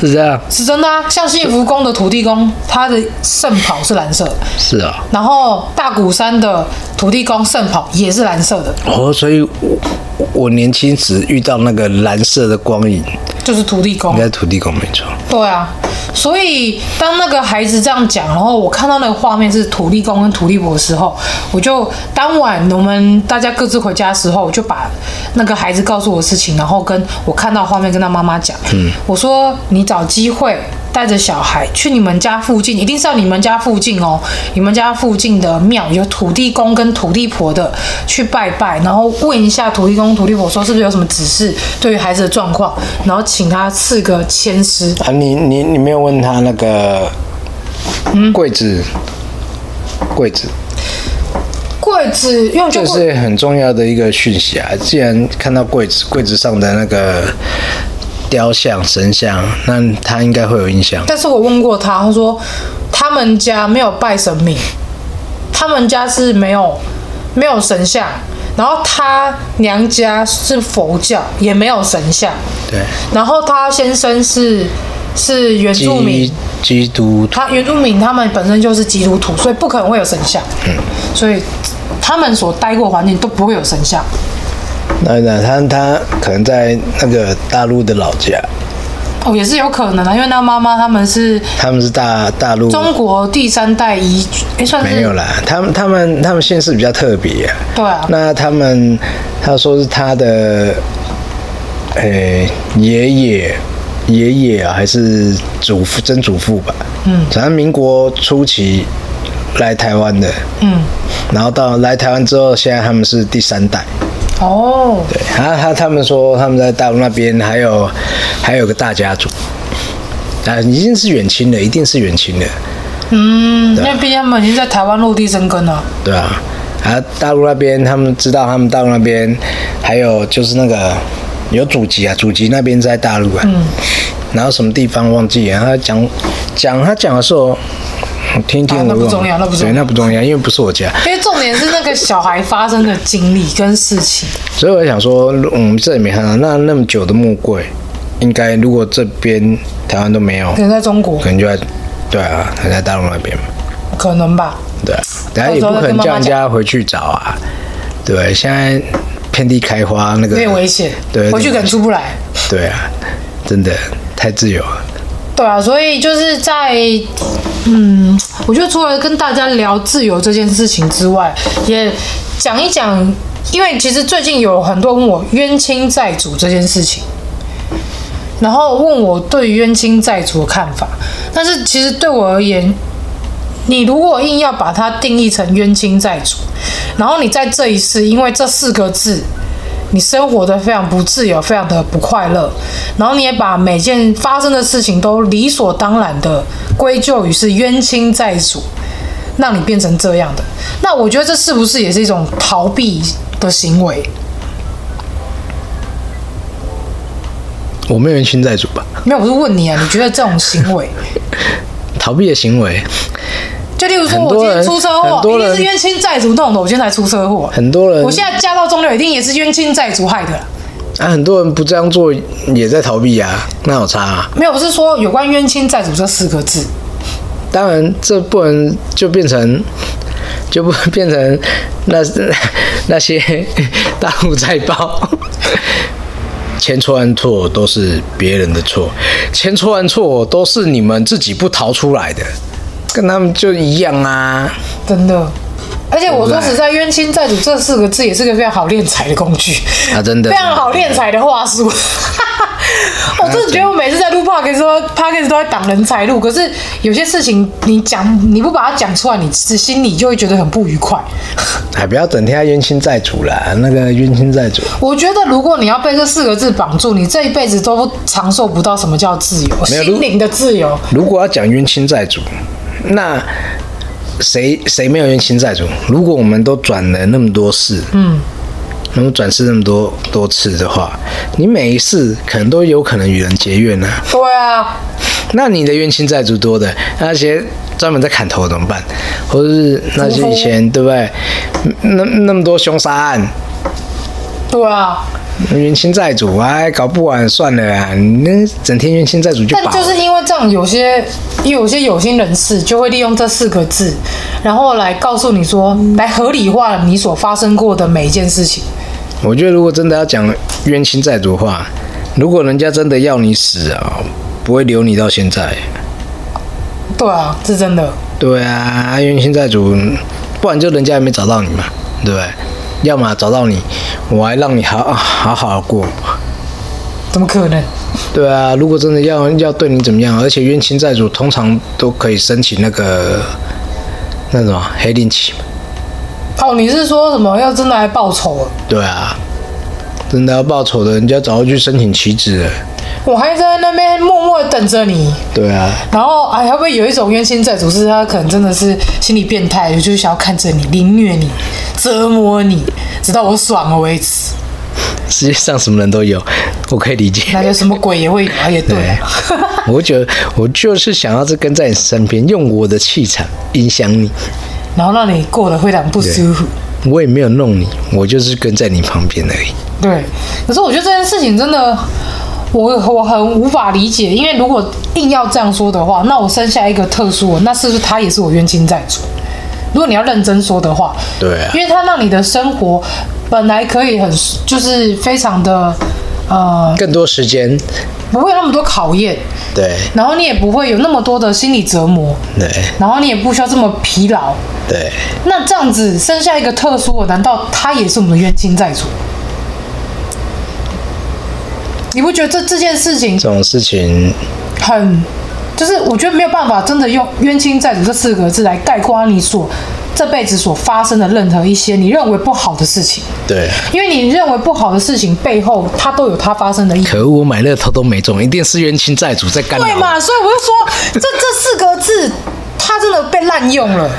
是这样？是真的啊，像幸福宫的土地公，他的圣袍是蓝色的，是啊、然后大鼓山的土地公圣袍也是蓝色的，哦，所以我我年轻时遇到那个蓝色的光影，就是土地公应。该土地公没错。对啊，所以当那个孩子这样讲，然后我看到那个画面是土地公跟土地婆的时候，我就当晚我们大家各自回家的时候，我就把那个孩子告诉我的事情，然后跟我看到的画面跟他妈妈讲，嗯，我说你找机会。带着小孩去你们家附近，一定是要你们家附近哦。你们家附近的庙有土地公跟土地婆的，去拜拜，然后问一下土地公、土地婆说是不是有什么指示对于孩子的状况，然后请他赐个签诗。啊，你你你没有问他那个嗯柜子，柜子，柜子，因为就这柜是很重要的一个讯息啊！既然看到柜子，柜子上的那个雕像、神像，那他应该会有印象。但是我问过他，他说他们家没有拜神明，他们家是没有没有神像，然后他娘家是佛教，也没有神像，对，然后他先生是是原住民基，基督徒他原住民他们本身就是基督徒，所以不可能会有神像，嗯所以他们所待过的环境都不会有神像。那那他他可能在那个大陆的老家，哦，也是有可能的、因为那妈妈他们是他们是大大陆中国第三代移，哎，算是没有啦，他们他们他们县市比较特别、啊。对啊那他们他说是他的，呃、爷爷爷爷啊，还是祖父曾祖父吧？嗯，反正民国初期来台湾的，嗯，然后到来台湾之后，现在他们是第三代。哦，对，他他他们说他们在大陆那边还有还有个大家族，啊，已经是远亲了，一定是远亲了。嗯，因啊为毕竟他们已经在台湾落地生根了。对啊，啊，大陆那边他们知道，他们大陆那边还有就是那个有祖籍啊，祖籍那边在大陆啊，嗯，然后什么地方忘记了，他讲讲他讲的时候，我听一听啊我那不忘了重要那不重要对，那不重要，因为不是我家，因为重点是那个小孩发生的经历跟事情，嗯所以我想说，我们这里没看到那那么久的木柜，应该如果这边台湾都没有可，能在中国可，能就在对啊，可能在大陆那边嘛，可能吧。对啊，等下也不可能叫人家回去找啊，对，现在遍地开花那个有点危险，对，回去可能出不来。对啊，真的太自由了，对啊，所以就是在，嗯，我觉得除了跟大家聊自由这件事情之外，也讲一讲，因为其实最近有很多人问我冤亲债主这件事情，然后问我对于冤亲债主的看法，但是其实对我而言，你如果硬要把它定义成冤亲债主，然后你在这一世，因为这四个字，你生活的非常不自由，非常的不快乐，然后你也把每件发生的事情都理所当然的归咎于是冤亲债主，让你变成这样的。那我觉得这是不是也是一种逃避的行为？我没有冤亲债主吧？没有，我是问你啊，你觉得这种行为，逃避的行为，就例如说很我多今天人出车祸很，多一定人是冤亲债主弄的，我今天才出车祸，很多人我现在嫁到中流，一定也是冤亲债主害的啦。啊，很多人不这样做也在逃避啊，那有差啊。没有，我是说有关冤亲债主这四个字。当然，这不能就变成就不 变成那那些 大陆债包。千错万错都是别人的错，千错万错都是你们自己不逃出来的，跟他们就一样啊。真的。而且我说实在，冤亲债主这四个字也是个非常好敛财的工具啊真的非常好敛财的话术。 我真的觉得我每次在录 p o d c a s 说 p o d c a s 都在挡人财路，可是有些事情你讲你不把它讲出来，你自心里就会觉得很不愉快。哎，不要整天冤亲债主啦，那个冤亲债主我觉得如果你要被这四个字绑住，你这一辈子都尝受不到什么叫自由，没有心灵的自由。如果要讲冤亲债主，那谁谁没有冤亲债主？如果我们都转了那么多次，嗯，那么转世那么多多次的话，你每一世可能都有可能与人结怨呢、啊。对啊，那你的冤亲债主多的，那些专门在砍头怎么办？或者是那些以前对不对？那那么多凶杀案，对啊。冤亲债主哎，搞不完算了啊！你那整天冤亲债主就但饱就了是因为这样，有些有些有心人士就会利用这四个字，然后来告诉你说，来合理化你所发生过的每一件事情。我觉得如果真的要讲冤亲债主的话，如果人家真的要你死啊，不会留你到现在。对啊，是真的。对啊，冤亲债主，不然就人家也没找到你嘛，对不对？要么找到你，我还让你好好好过。怎么可能？对啊，如果真的要要对你怎么样，而且冤亲债主通常都可以申请那个那什么黑令旗嘛。哦，你是说什么要真的来报仇了？对啊，真的要报仇的，人家早就去申请旗帜了。我还在那边默默地等着你。对啊，然后，哎，会不会有一种冤亲债主是他可能真的是心理变态，就是想要看着你凌虐你、折磨你，直到我爽了为止？世界上什么人都有，我可以理解。那就什么鬼也会有，啊也对 啊。哎我觉得我就是想要是跟在你身边，用我的气场影响你。然后让你过得非常不舒服。我也没有弄你，我就是跟在你旁边而已。对，可是我觉得这件事情真的，我我很无法理解，因为如果硬要这样说的话，那我生下一个特殊，那是不是他也是我冤亲债主？如果你要认真说的话，对啊因为他让你的生活本来可以很就是非常的呃，更多时间，不会有那么多考验，对然后你也不会有那么多的心理折磨，对然后你也不需要这么疲劳。对，那这样子生下一个特殊的，难道他也是我们的冤亲债主？你不觉得这这件事情这种事情很，就是我觉得没有办法真的用“冤亲债主”这四个字来概括你所这辈子所发生的任何一些你认为不好的事情，对。因为你认为不好的事情背后，它都有它发生的意义。可恶，我买乐透都没中，一定是冤亲债主在干扰对我。嘛？所以我就说，这这四个字，它真的被滥用了。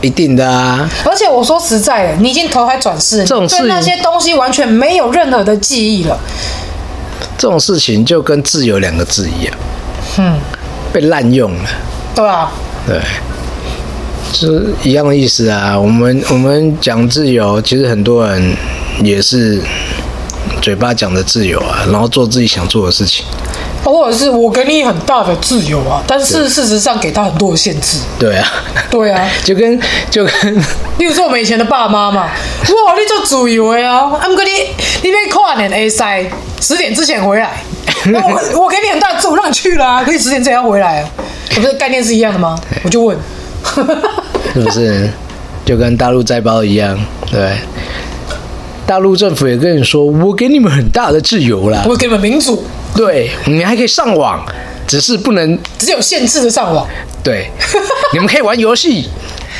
一定的啊，而且我说实在的，你已经投胎转世了，这种你事对那些东西完全没有任何的记忆了。这种事情就跟自由两个字一样，嗯，被滥用了。对啊，对，就是一样的意思啊。我们我们讲自由，其实很多人也是嘴巴讲的自由啊，然后做自己想做的事情。或者是我给你很大的自由啊，但是事实上给他很多的限制。对啊， 对啊，就跟就跟 例如说我们以前的爸妈嘛，哇，你做自由的啊，啊，不过你你别跨年 A 塞，十点之前回 来，那我我给你很大的自由，让你去啦、可以十点之前要回来啊，你不是概念是一样的吗？我就问，是不是？就跟大陆摘包一样，对。大陆政府也跟你说，我给你们很大的自由啦，我给你们民主，对你还可以上网，只是不能只有限制的上网。 对，你们可以玩游戏，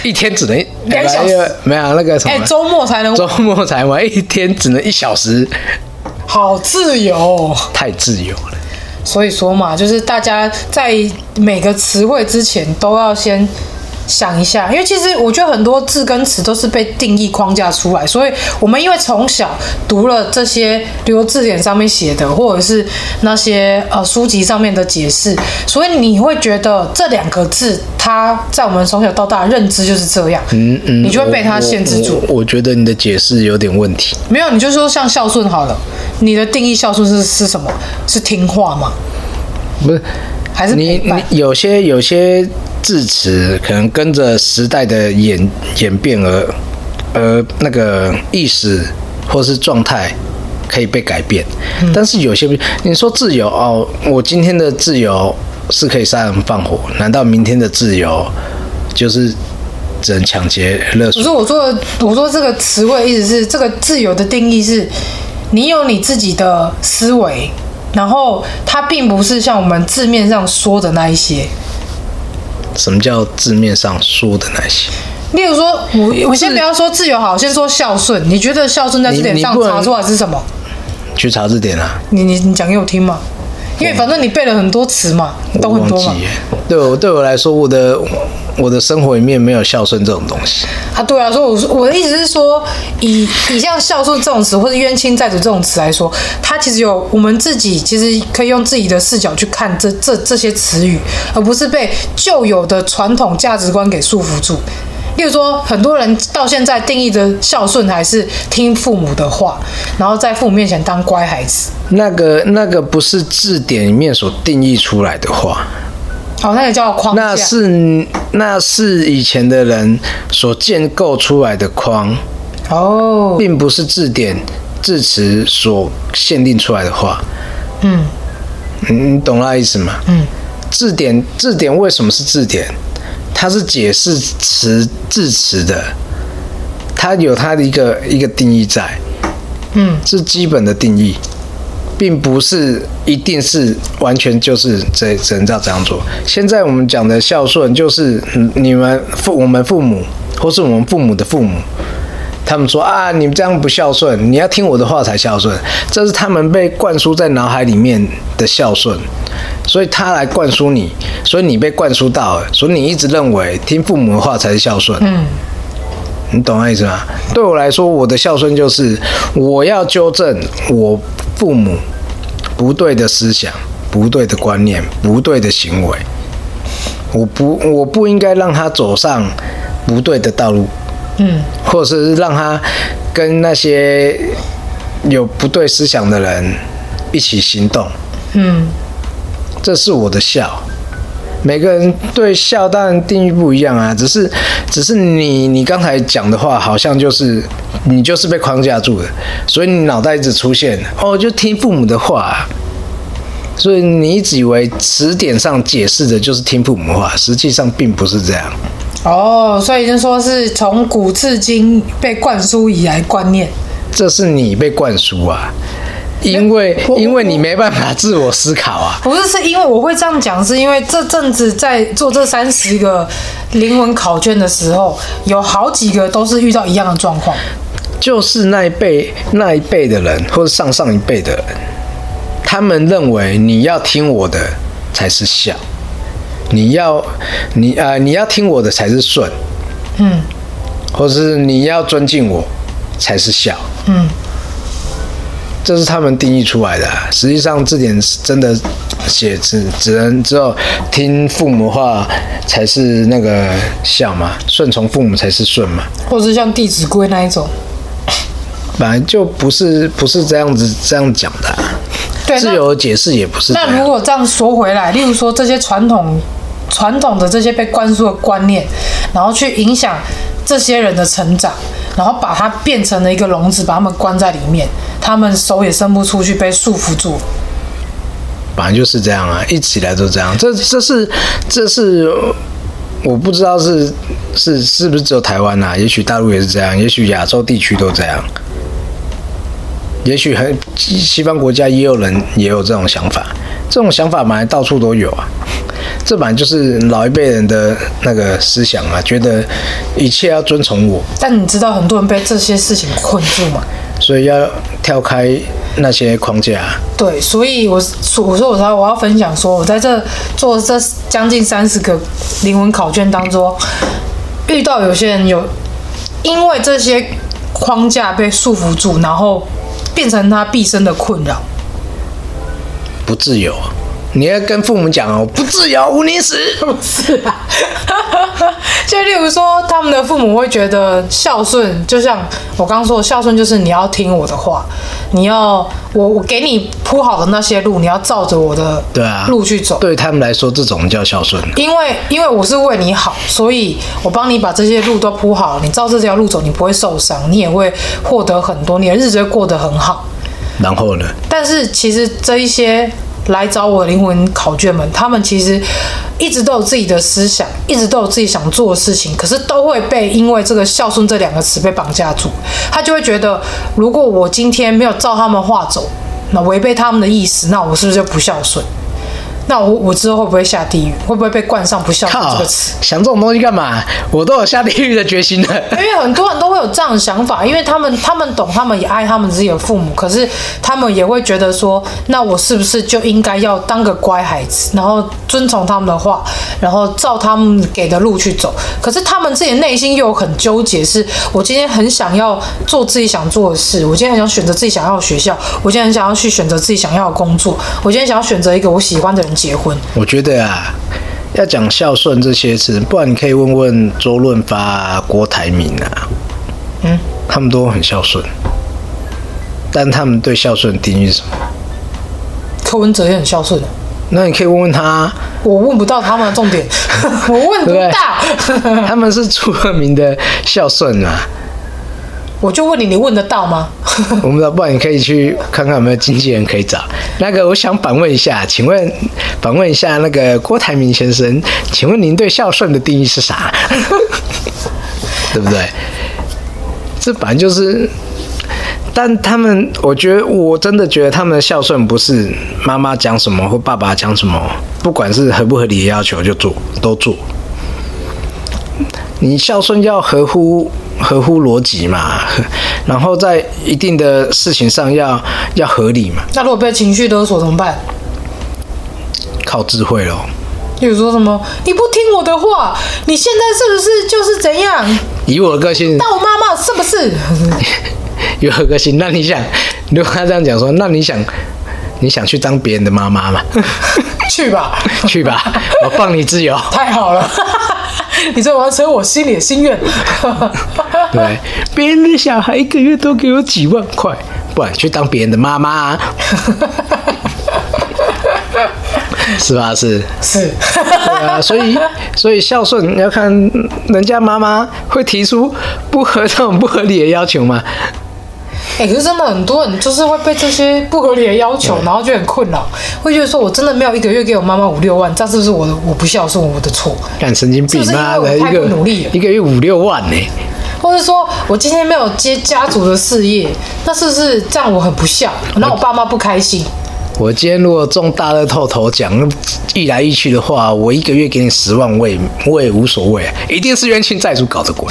一天只能两小时哎不没有那个什哎、么，周末才能 周末才玩，一天只能一小时，好自由哦、太自由了。所以说嘛，就是大家在每个词汇之前都要先想一下，因为其实我觉得很多字跟词都是被定义框架出来，所以我们因为从小读了这些，比如字典上面写的，或者是那些呃书籍上面的解释，所以你会觉得这两个字它在我们从小到大的认知就是这样，嗯嗯， 哦你就会被它限制住。我我我觉得你的解释有点问题。没有，你就说像孝顺好了，你的定义孝顺是是什么？是听话吗？不是，还是你陪伴你有些有些字词可能跟着时代的演演变而而那个意识或是状态可以被改变，嗯但是有些不你说自由哦，我今天的自由是可以杀人放火，难道明天的自由就是只能抢劫勒可索是？我说的，我说这个词汇的意思是，这个自由的定义是，你有你自己的思维，然后它并不是像我们字面上说的那一些。什么叫字面上说的那些？例如说，我我先不要说自由好，我先说孝顺。你觉得孝顺在字典你你上不能查出来是什么？去查字典啊，你你你讲给我听嘛，因为反正你背了很多词嘛，你懂我很忘多记嘛。耶。对我对我来说，我的我的生活里面没有孝顺这种东西。啊，对啊，所以我说我的意思是说，以以像孝顺这种词，或者冤亲债主这种词来说，它其实有我们自己其实可以用自己的视角去看这这这些词语，而不是被旧有的传统价值观给束缚住。例如说，很多人到现在定义的孝顺还是听父母的话，然后在父母面前当乖孩子。那个那个不是字典里面所定义出来的话，哦，那个叫框架。那是啊那是以前的人所建构出来的框，哦，并不是字典字词所限定出来的话。嗯，你懂那意思吗？嗯，字典字典为什么是字典？它是解释词字词的，它有它的一个一个定义在。嗯，是基本的定义，并不是一定是完全就是这只能照这样做。现在我们讲的孝顺，就是嗯你们父我们父母，或是我们父母的父母。他们说啊，你们这样不孝顺，你要听我的话才孝顺，这是他们被灌输在脑海里面的孝顺，所以他来灌输你，所以你被灌输到了，所以你一直认为听父母的话才是孝顺。嗯，你懂我意思吗？对我来说，我的孝顺就是我要纠正我父母不对的思想、不对的观念、不对的行为，我不我不应该让他走上不对的道路。嗯，或者是让他跟那些有不对思想的人一起行动。嗯，这是我的孝。每个人对孝当然定义不一样啊，只是只是你你刚才讲的话，好像就是你就是被框架住的，所以你脑袋一直出现哦，就听父母的话、所以你一直以为词典上解释的就是听父母的话，实际上并不是这样。哦，所以就说是从古至今被灌输以来观念。这是你被灌输啊，因为因为你没办法自我思考啊。不是，是因为我会这样讲，是因为这阵子在做这三十个灵魂考卷的时候，有好几个都是遇到一样的状况。就是那一辈那一辈的人，或者上上一辈的人，他们认为你要听我的才是孝，你要你啊、你要听我的才是顺，嗯，或是你要尊敬我才是孝，嗯，这是他们定义出来的啊、实际上，字典是真的写只只能只有听父母话才是那个孝嘛，顺从父母才是顺嘛。或者是像《弟子规》那一种，本来就不是不是这样子这样讲的、啊，对哎那自由解释也不是这样。那如果这样说回来，例如说这些传统传统的这些被灌输的观念，然后去影响这些人的成长，然后把它变成了一个笼子，把他们关在里面，他们手也伸不出去，被束缚住。本来就是这样啊，一直以来都这样。这这是这是我不知道是是是不是只有台湾啊？也许大陆也是这样，也许亚洲地区都这样，也许很西西方国家也有人也有这种想法。这种想法本来到处都有啊，这本来就是老一辈人的那个思想啊，觉得一切要遵从我，但你知道很多人被这些事情困住吗？所以要跳开那些框架啊。对，所以我所我说我说我要分享说，我在这做这将近三十个灵魂考卷当中，遇到有些人有因为这些框架被束缚住，然后变成他毕生的困扰。 不自由啊。你要跟父母讲哦，不自由，无宁死。不是啊，就例如说，他们的父母会觉得孝顺，就像我刚刚说的，孝顺就是你要听我的话，你要我我给你铺好的那些路，你要照着我的对啊，路去走。对他们来说，这种叫孝顺啊。因为因为我是为你好，所以我帮你把这些路都铺好了，你照这条路走，你不会受伤，你也会获得很多，你的日子会过得很好。然后呢？但是其实这一些来找我的灵魂考卷们，他们其实一直都有自己的思想，一直都有自己想做的事情，可是都会被因为这个“孝顺”这两个词被绑架住。他就会觉得，如果我今天没有照他们话走，那违背他们的意思，那我是不是就不孝顺？那我我之后会不会下地狱？会不会被冠上不孝顺这靠个词？，想这种东西干嘛？我都有下地狱的决心了。 因为很多人都会有这样的想法，因为他们他们懂，他们也爱他们自己的父母，可是他们也会觉得说，那我是不是就应该要当个乖孩子，然后遵从他们的话，然后照他们给的路去走？可是他们自己内心又很纠结是，我今天很想要做自己想做的事，我今天很想选择自己想要的学校，我今天很想要去选择自己想要的工作，我今天想要选择一个我喜欢的人结婚。我觉得啊，要讲孝顺这些词，不然你可以问问周润发、啊、郭台铭啊，嗯，他们都很孝顺，但他们对孝顺的定义是什么？柯文哲也很孝顺的。那你可以问问他啊，我问不到他们的重点，我问不 对不对到。他们是出了名的孝顺啊。我就问你，你问得到吗？ 我们老板，你可以去看看有没有经纪人可以找。那个，我想反问一下，请问，反问一下那个郭台铭先生，请问您对孝顺的定义是啥？ 对不对？这本来就是，但他们，我觉得我真的觉得他们的孝顺不是妈妈讲什么或爸爸讲什么，不管是合不合理的要求就做，都做。你孝顺要合乎合乎逻辑嘛， 然后在一定的事情上要要合理嘛，那如果被情绪勒索怎么办？靠智慧咯。例如说什么，你不听我的话，你现在是不是就是怎样？以我的个性，当我妈妈是不是？ 以我的个性，那你想，如果他这样讲说，那你想，你想去当别人的妈妈嘛？ 去吧，去吧，我放你 自由。太好了， 你在完成我心里的心愿。 对，别人的小孩一个月都给我几万块，不然去当别人的妈妈、 啊，是吧？是。是， 对啊，所以所以孝顺你要看人家妈妈会提出不合这种不合理的要求吗？哎、可是真的很多人就是会被这些不合理的要求，然后就很困扰，会觉得说我真的没有一个月给我妈妈五六万，这样是不是我的我不孝顺，我的错？干神经病是不是因为妈我的一太不个努力了一个月五六万呢、或者说我今天没有接家族的事业，那是不是这样我很不孝？那我爸妈不开心？我今天如果中大乐透头奖，一来一去的话，我一个月给你十万，我也我也无所谓、啊一定是冤亲债主搞的鬼。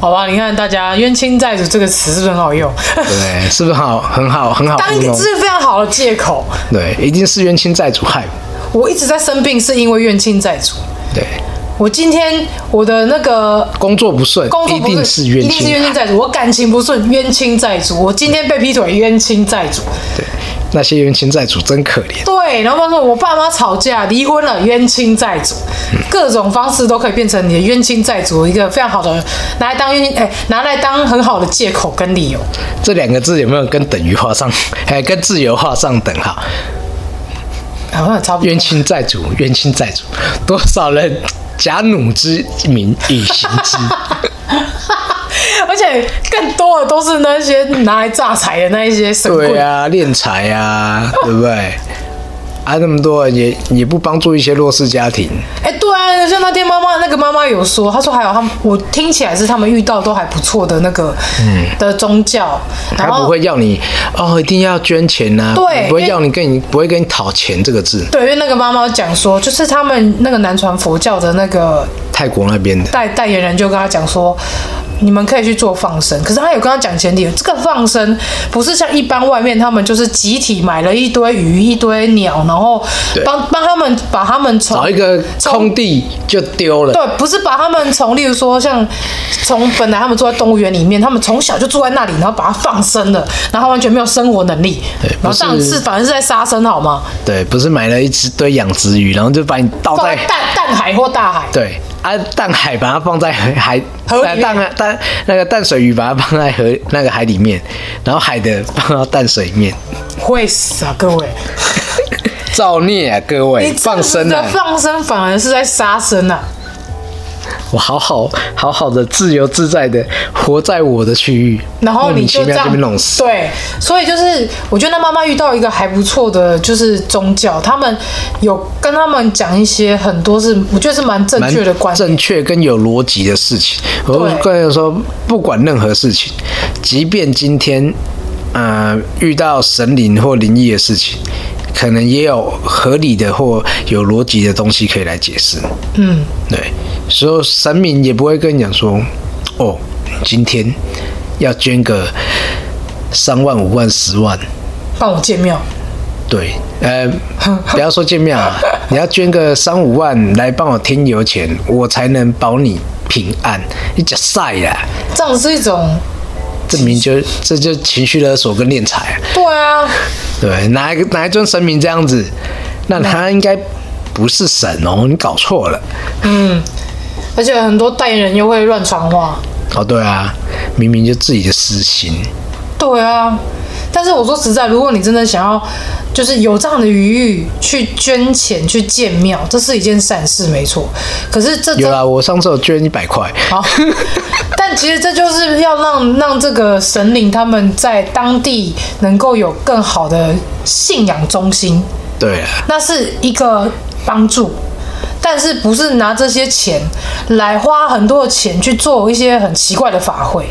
好吧，你看大家“冤亲债主”这个词是不是很好用？对，是不是好很好很 好当糊一个弄？是非常好的借口。对，一定是冤亲债主害我。我一直在生病，是因为冤亲债主。对，我今天我的那个工作不顺，工作一不顺定是冤一定是亲冤亲债主。我感情不顺，冤亲债主。我今天被劈腿，冤亲债主。对，那些冤亲债主真可怜。对，然后他说我爸妈吵架离婚了，冤亲债主，各种方式都可以变成你的冤亲债主一个非常好的拿来当冤亲哎拿来当很好的借口跟理由。这两个字有没有跟等于画上， 哎，跟自由画上等号？好像也差不多。冤亲债主，冤亲债主，多少人假弩之名以行之？而且更多的都是那些拿来榨财的那一些神 对棍。 啊，敛财啊，对不对？啊，那么多人也也不帮助一些弱势家庭，哎、对啊，像那天妈妈那个妈妈有说，她说还有他们，我听起来是他们遇到都还不错的那个、的宗教，然他后嗯不会要你哦，一定要捐钱呐、啊，对不会因为要你跟你不会跟你讨钱这个字，对，因为那个妈妈讲说，就是他们那个南传佛教的那个泰国那边的，代代言人就跟他讲说，你们可以去做放生，可是他有跟他讲前提，这个放生不是像一般外面他们就是集体买了一堆鱼、一堆鸟，然后对帮帮他们把他们从找一个从空地就丢了，对，不是把他们从，例如说像从本来他们住在动物园里面，他们从小就住在那里，然后把它放生了，然后完全没有生活能力对，然后这样不是是反而是在杀生好吗？对，不是买了一只堆养殖鱼，然后就把你倒放在在淡淡海或大海，对啊，淡海把它放在海河里面淡啊淡那个淡水鱼把它放在河那个海里面，然后海的放到淡水里面，会死啊，各位！造孽啊，各你位这样放子生的啊！放生反而是在杀生啊！我好好好好的自由自在的活在我的区域，然后莫你名就这其妙样就被弄死。对，所以就是我觉得那妈妈遇到一个还不错的，就是宗教，他们有跟他们讲一些很多是我觉得是蛮正蛮确的观念，正确跟有逻辑的事情。我对个人说，不管任何事情，即便今天呃遇到神灵或灵异的事情，可能也有合理的或有逻辑的东西可以来解释。嗯，对，所以神明也不会跟你讲说，哦，今天要捐个三万、五万、十万。帮我哦建庙。对，呃，不要说见面啊，你要捐个三五万来帮我添油钱，我才能保你平安。你假晒呀，这样是一种，这明就这就情绪勒索跟敛财啊、对啊，对，哪一个哪一尊神明这样子？那他应该不是神哦，你搞错了。而且很多代言人又会乱传话，哦，对啊，明明就自己的私心，对啊。但是我说实在，如果你真的想要，就是有这样的余裕去捐钱去建庙，这是一件善事，没错。可是这有啊真啦，我上次有捐一百块，好，哦但其实这就是要让让这个神灵他们在当地能够有更好的信仰中心，对啊，那是一个帮助，但是不是拿这些钱来花很多的钱去做一些很奇怪的法会，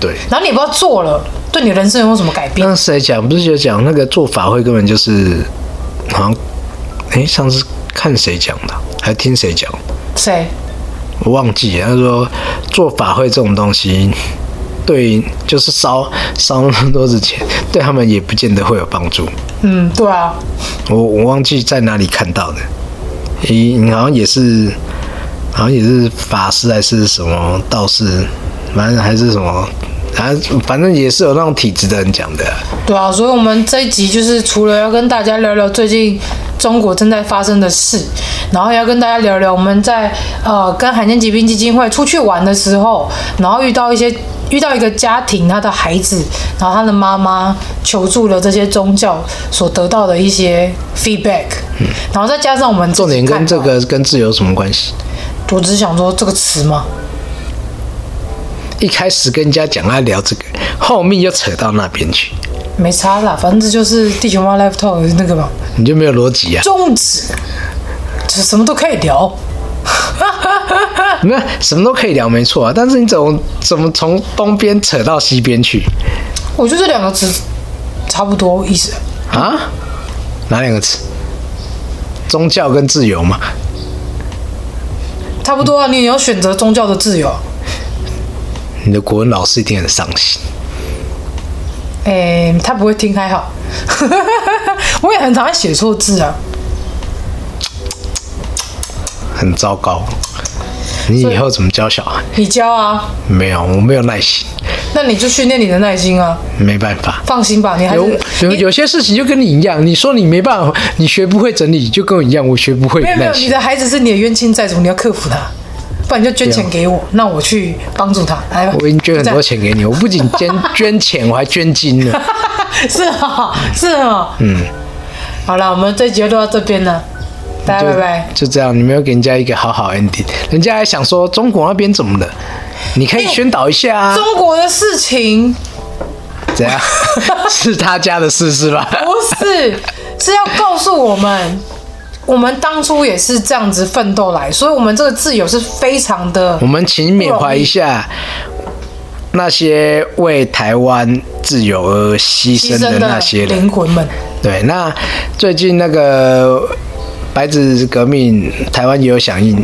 对。然后你也不知道做了对你人生有没有什么改变那？谁讲？不是有讲那个做法会根本就是，好像，哎、上次看谁讲的，还听谁讲，谁？我忘记了。他说做法会这种东西，对，就是烧烧那么多的钱，对他们也不见得会有帮助。嗯，对啊，我我忘记在哪里看到的，咦，你好像也是，好像也是法师还是什么道士，反正还是什么，反正反正也是有那种体质的人讲的啊、对啊，所以我们这一集就是除了要跟大家聊聊最近中国正在发生的事，然后要跟大家聊聊我们在呃跟罕见疾病基金会出去玩的时候，然后遇到一些遇到一个家庭，他的孩子，然后他的妈妈求助了这些宗教所得到的一些 feedback，、然后再加上我们重点跟这自己个跟自由有什么关系？看到，我只是想说这个词嘛，一开始跟人家讲要聊这个，后面又扯到那边去，没差啦，反正这就是地球妈 life talk 那个嘛你就没有逻辑啊！宗旨，就是什么都可以聊。那什么都可以聊，没错啊，但是你怎么怎么从东边扯到西边去我觉得这两个词差不多意思。啊？哪两个词？宗教跟自由嘛？差不多啊，你也要选择宗教的自由。你的国文老师一定很伤心。诶、他不会听还好。 我也很常写错字啊。很糟糕。你以后怎么教小孩？你教啊？没有，我没有耐心。那你就训练你的耐心啊。没办法。放心吧，你还有是有你有些事情就跟你一样，你说你没办法，你学不会整理，就跟我一样，我学不会没有没有，耐你心。的孩子是你的冤亲债主，你要克服他，不然你就捐钱给我，让我去帮助他。来吧，我已经捐就很这样多钱给你，我不仅 捐捐钱，我还捐精了。是啊、是啊、嗯，好了，我们这集就录到这边了，大家拜拜。就，就这样，你没有给人家一个好好 ending，人家还想说中国那边怎么了？你可以宣导一下啊，哎中国的事情 怎样？是他家的事是吧？不是是要告诉我们，我们当初也是这样子奋斗来，所以我们这个自由是非常的我。们请缅怀一下那些为台湾自由而牺牺牲牲的的那些人嗯灵。魂们，对，那最近那个白纸革命，台湾也有响应。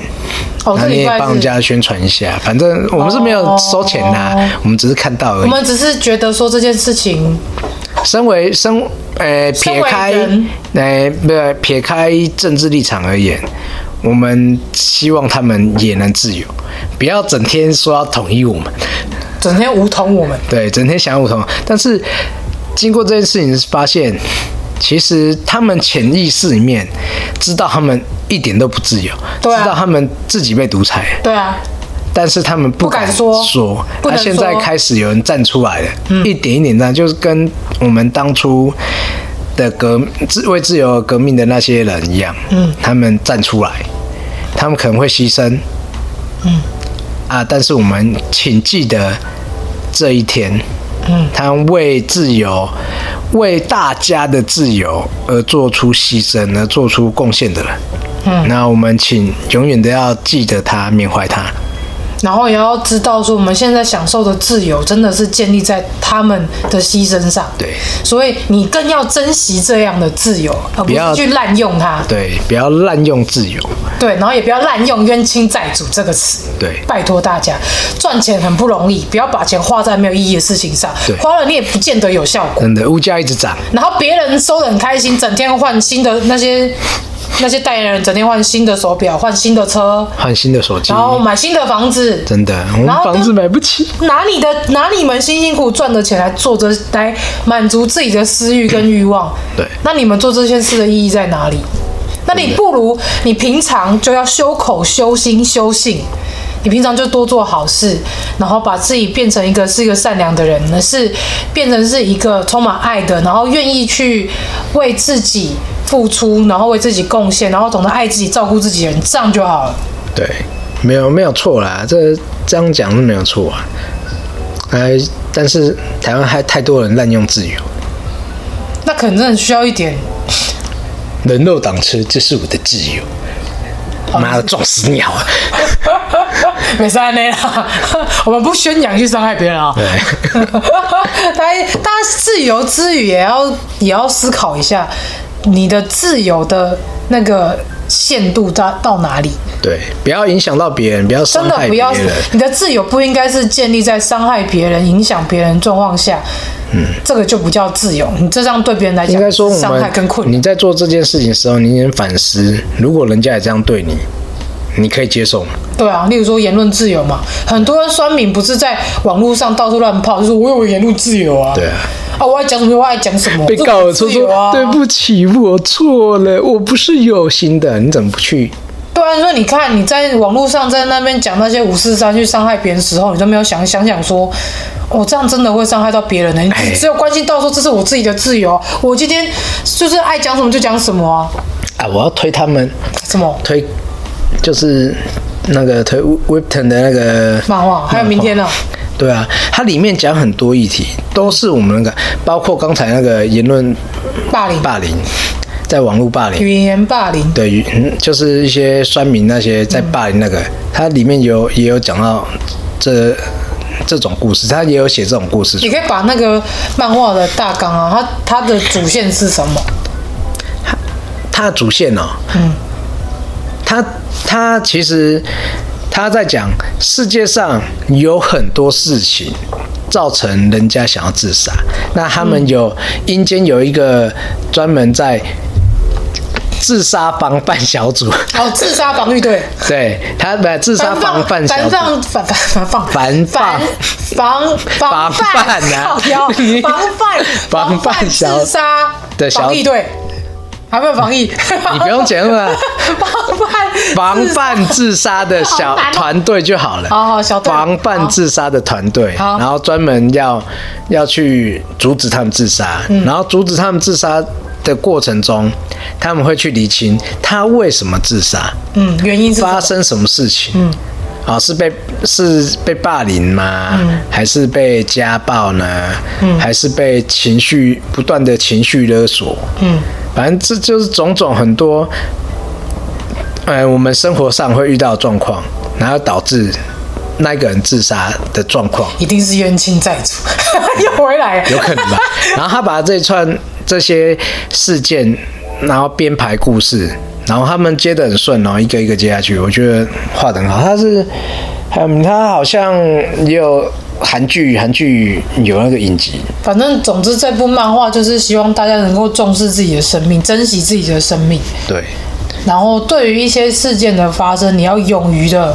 哦那这你礼也拜帮是人家宣传一下，反正我们是没有收钱呐、我们只是看到而我已。们只是觉得说这件事情身为身，呃，身为撇开人，呃，不是撇开政治立场而言，我们希望他们也能自由，不要整天说要统一我们。整天无同我们，对，整天想要梧桐。但是经过这件事情，发现其实他们潜意识里面知道他们一点都不自由，对啊知道他们自己被独裁，对啊，但是他们不不敢说说。不那能现在说开始有人站出来了，一点一点站，就是跟我们当初。的革自为自由而革命的那些人一样，嗯，他们站出来，他们可能会牺牲，嗯啊，但是我们请记得这一天，嗯，他为自由，为大家的自由而做出牺牲，而做出贡献的人，嗯，那我们请永远都要记得他，缅怀他，然后也要知道说，我们现在享受的自由真的是建立在他们的牺牲上。对，所以你更要珍惜这样的自由，而不不是要去滥用它。对，不要滥用自由，对，然后也不要滥用“冤亲债主”这个词。对拜托大家，赚钱很不容易，不要把钱花在没有意义的事情上对，花了你也不见得有效果。真的，物价一直涨，然后别人收的很开心，整天换新的那些那些代言人，整天换新的手表，换新的车，换新的手机然，后买新的房子，嗯真的，我们然后房都子买不起。拿你的拿你们辛辛苦苦赚的钱来做这来满足自己的私欲跟欲望。对那你们做这件事的意义在哪里？那你不如你平常就要修口、修心、修性。你平常就多做好事，然后把自己变成一个是一个善良的人，呢是变成是一个充满爱的，然后愿意去为自己付出，然后为自己贡献，然后懂得爱自己、照顾自己的人，这样就好了。对，没有没有错啦，这这样讲是没有错啊。哎，但是台湾还太多人滥用自由，那可能真的需要一点人肉挡车，这是我的自由。哦妈的，撞死鸟啊！没事安尼啦， 我们不宣扬去伤害别人啊。哎 大家大家自由之余，也要也要思考一下，你的自由的那个限度到到哪里？对，不要影响到别人，不要伤真的害不别要人。，你的自由不应该是建立在伤害别人、影响别人状况下。嗯，这个就不叫自由，你这样对别人来讲，应该说，我伤害们跟困扰你。在做这件事情的时候，你先反思，如果人家也这样对你，你可以接受吗？对啊，例如说言论自由嘛，很多酸民不是在网络上到处乱泡，就是我有言论自由啊。对啊。啊，我爱讲什么，我爱讲什么，被这告我了，自说由说、啊。对不起，我错了，我不是有心的，你怎么不去？对啊，所以你看你在网络上在那边讲那些五四三去伤害别人的时候，你都没有想想想说，我、这样真的会伤害到别人的、你哎只有关心到说这是我自己的自由，我今天就是爱讲什么就讲什么啊，啊，我要推他们，什么推就是那个推 Whipton 的那个漫画，还有明天呢、对啊，它里面讲很多议题，都是我们那个，包括刚才那个言论霸凌、霸凌，在网络霸凌，语言霸凌，对，嗯就是一些酸民那些在霸凌那个，它里面有也有讲到这这种故事，它也有写这种故事出你来。可以把那个漫画的大纲啊，它它的主线是什么？它的主线哦，嗯，它它其实他在讲世界上有很多事情造成人家想要自嗯杀，那他们有阴间有一个专门在自杀防范小组，哦，自杀防御队，对他不 自杀防范 小防组，范防防防防防范防防防范范啊靠腰 你防范防范小自杀的小防疫 队，还没有防疫，你你不用讲了， 啊防范 防自杀范自杀的小好难哦团队 就好了。好好哦小队防范自杀的团队，好然后专门要要去阻止他们自杀，嗯然后阻止他们自杀的过程中，他们会去厘清他为什么自杀，嗯，原因是什么发生什么事情。嗯。啊、是被是被霸凌吗？还是被家暴呢？还是被情绪不断的情绪勒索？嗯，反正这就是种种很多，呃，我们生活上会遇到的状况，然后导致那个人自杀的状况。一定是冤亲债主， 又回来了，有可能 吧。然后他把这一串这些事件，然后编排故事，然后他们接的很顺，然后一个一个接下去，我觉得画的很好。他是，嗯，他好像也有韩剧，韩剧有那个影集，反正总之这部漫画就是希望大家能够重视自己的生命，珍惜自己的生命，对，然后对于一些事件的发生，你要勇于的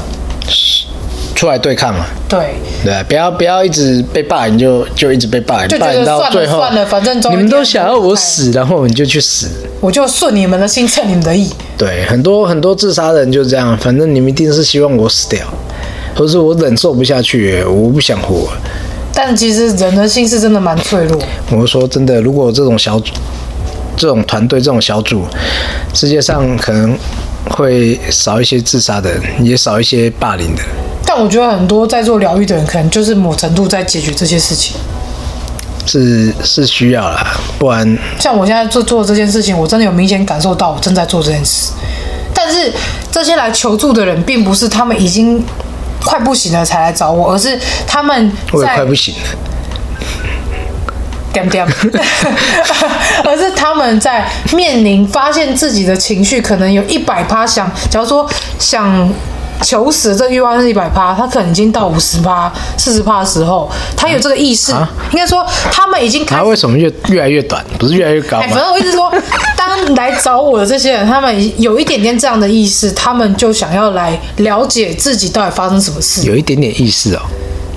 出来对抗嘛，对对啊，不要不要一直被霸凌就就一直被霸就觉凌，霸得凌到算了最后算了反正终于你们这都样想要我死，然后我们就去死。我就顺你们的心，称你们的意。对，很多很多自杀的人就这样，反正你们一定是希望我死掉，或是我忍受不下去，我不想活。但其实人的心是真的蛮脆弱，我说真的，如果这种小组、这种团队、这种小组，世界上可能会少一些自杀的人，也少一些霸凌的人。但我觉得很多在做疗愈的人，可能就是某程度在解决这些事情。是是需要啦，不然像我现在做做这件事情，我真的有明显感受到我正在做这件事。但是这些来求助的人，并不是他们已经快不行了才来找我，而是他们我也在快不行了。点点， 而是他们在面临发现自己的情绪可能有一百趴想，假如说想求死这欲望是一百趴，他可能已经到五十趴、四十趴的时候，他有这个意识，啊应该说他们已经开他始为什么越越来越短？不是越来越高哎，反吗？正我一直说，当来找我的这些人，他们有一点点这样的意识，他们就想要来了解自己到底发生什么事。有一点点意识哦，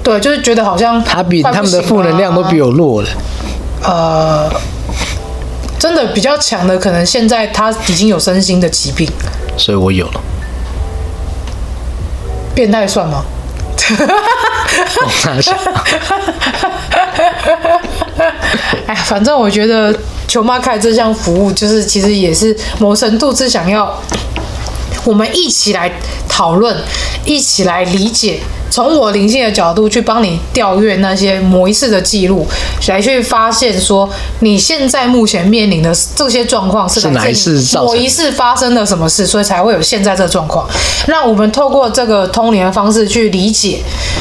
对，就是觉得好像他比快不他们的行负能量都比啊我弱了。呃，真的比较强的，可能现在他已经有身心的疾病，所以我有 了。变态算吗？哎，反正我觉得球妈开这项服务，就是其实也是某程度是想要我们一起来讨论，一起来理解，从我灵性的角度去帮你调阅那些某一次的记录，来去发现说你现在目前面临的这些状况是是哪一次来自造成的某一次发生了什么事，所以才会有现在这个状况。那我们透过这个通灵的方式去理解，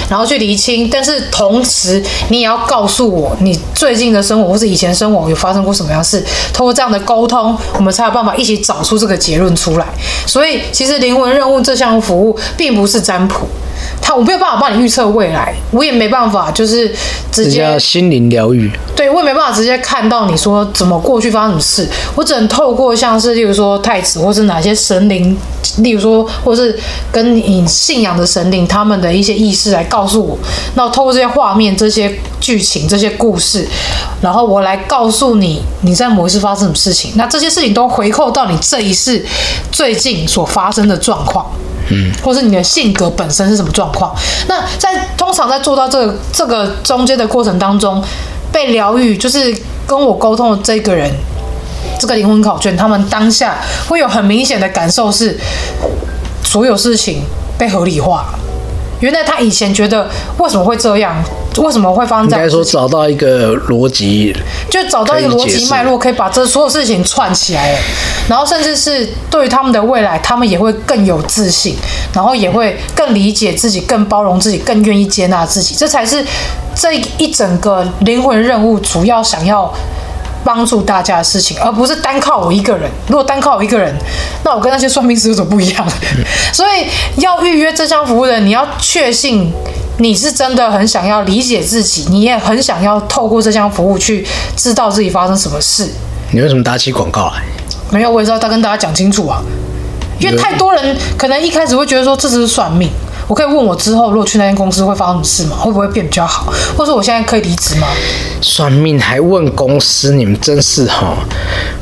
然后去厘清，但是同时你也要告诉我你最近的生活或是以前生活有发生过什么样的事。透过这样的沟通，我们才有办法一起找出这个结论出来。所以，其实灵魂任务这项服务并不是占卜。它我没有办法帮你预测未来，我也没办法，就是直 这接叫心灵疗愈。对，我也没办法直接看到你说怎么过去发生什么事，我只能透过像是例如说太子，或是哪些神灵，例如说或是跟你信仰的神灵他们的一些意识来告诉我，那我透过这些画面、这些剧情、这些故事，然后我来告诉你你在某一世发生什么事情，那这些事情都回扣到你这一世最近所发生的状况。或是你的性格本身是什么状况。那在通常在做到这个这个中间的过程当中，被疗愈就是跟我沟通的这个人，这个灵魂考卷，他们当下会有很明显的感受是，所有事情被合理化。原来他以前觉得为什么会这样，为什么会发生应这样该的事说情？找到一个逻辑，就找到一个逻可以解辑释脉络，可以把这所有事情串起来了，然后甚至是对于他们的未来，他们也会更有自信，然后也会更理解自己，更包容自己，更愿意接纳自己，这才是这一整个灵魂任务主要想要。帮助大家的事情，而不是单靠我一个人。如果单靠我一个人，那我跟那些算命师有什么不一样？ 所以要预约这项服务的人，你要确信你是真的很想要理解自己，你也很想要透过这项服务去知道自己发生什么事。你为什么打起广告来？没有，我也是要再跟大家讲清楚啊，因为太多人可能一开始会觉得说这只是算命。我可以问我之后，如果去那间公司会发生什么事吗？会不会变比较好？或者我现在可以离职吗？ 算命还问公司，你们真是哈！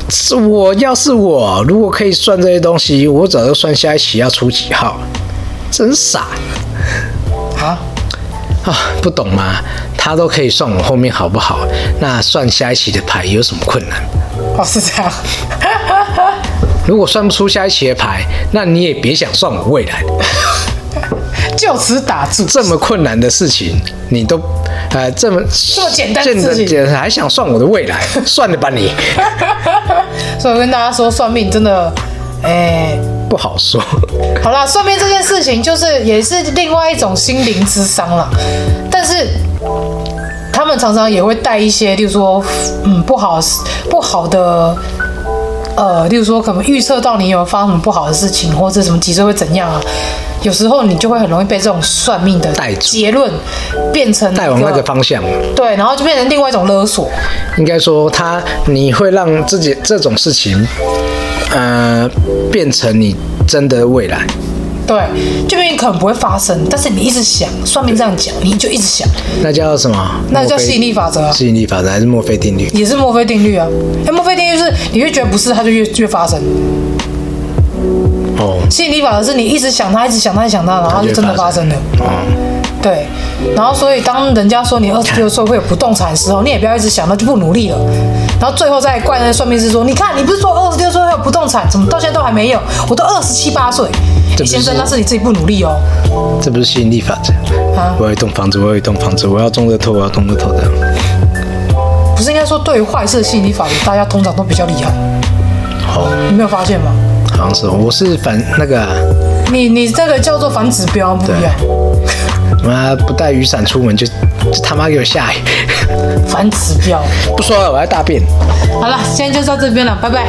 是我要是我，如果可以算这些东西，我早就算下一期要出几号，真傻啊！啊，不懂吗？他都可以算我后面好不好，那算下一期的牌有什么困难？哦，是这样。如果算不出下一期的牌，那你也别想算我未来。就此打住。这么困难的事情，你都呃这么这么简单的事情简单还想算我的未 来？算了吧你，所以我跟大家说，算命真的，哎、不好说。好啦，算命这件事情就是也是另外一种心灵之伤啦，但是他们常常也会带一些，例如说，嗯，不好不好的。呃，例如说，可能预测到你有发生什么不好的事情，或者什么几岁会怎样啊？有时候你就会很容易被这种算命的带走结论变成带往一那个方向，对，然后就变成另外一种勒索。应该说他你会让自己这种事情，呃，变成你真的未来。对，就明明可能不会发生，但是你一直想，算命这样讲，你就一直想，那叫什么？那叫墨菲吸引力法则啊吸引力法则还是墨菲定律？也是墨菲定律啊。哎，墨菲定律是你越觉得不是，它就越越发生。哦，吸引力法则是你一直想它，一直想它，一直想它，然后它就真的发生了。哦，对，然后所以当人家说你二十六岁会有不动产的时候，你也不要一直想，那就不努力了。然后最后再怪那个算命师说：“你看，你不是说二十六岁会有不动产，怎么到现在都还没有？我都二十七八岁。”这不是先生，那是你自己不努力哦。这不是吸引力法则。啊我有一栋房子，我有一栋房子，我要中乐透，我要中乐透的。不是应该说对于坏事的吸引力法则，大家通常都比较厉害，哦，你没有发现吗？好像是，我是反那个啊，你你这个叫做反指标不一样，妈不带雨伞出门就就他妈给我下雨。反指标。不说了，我要大便。好了，现在就到这边了，拜拜。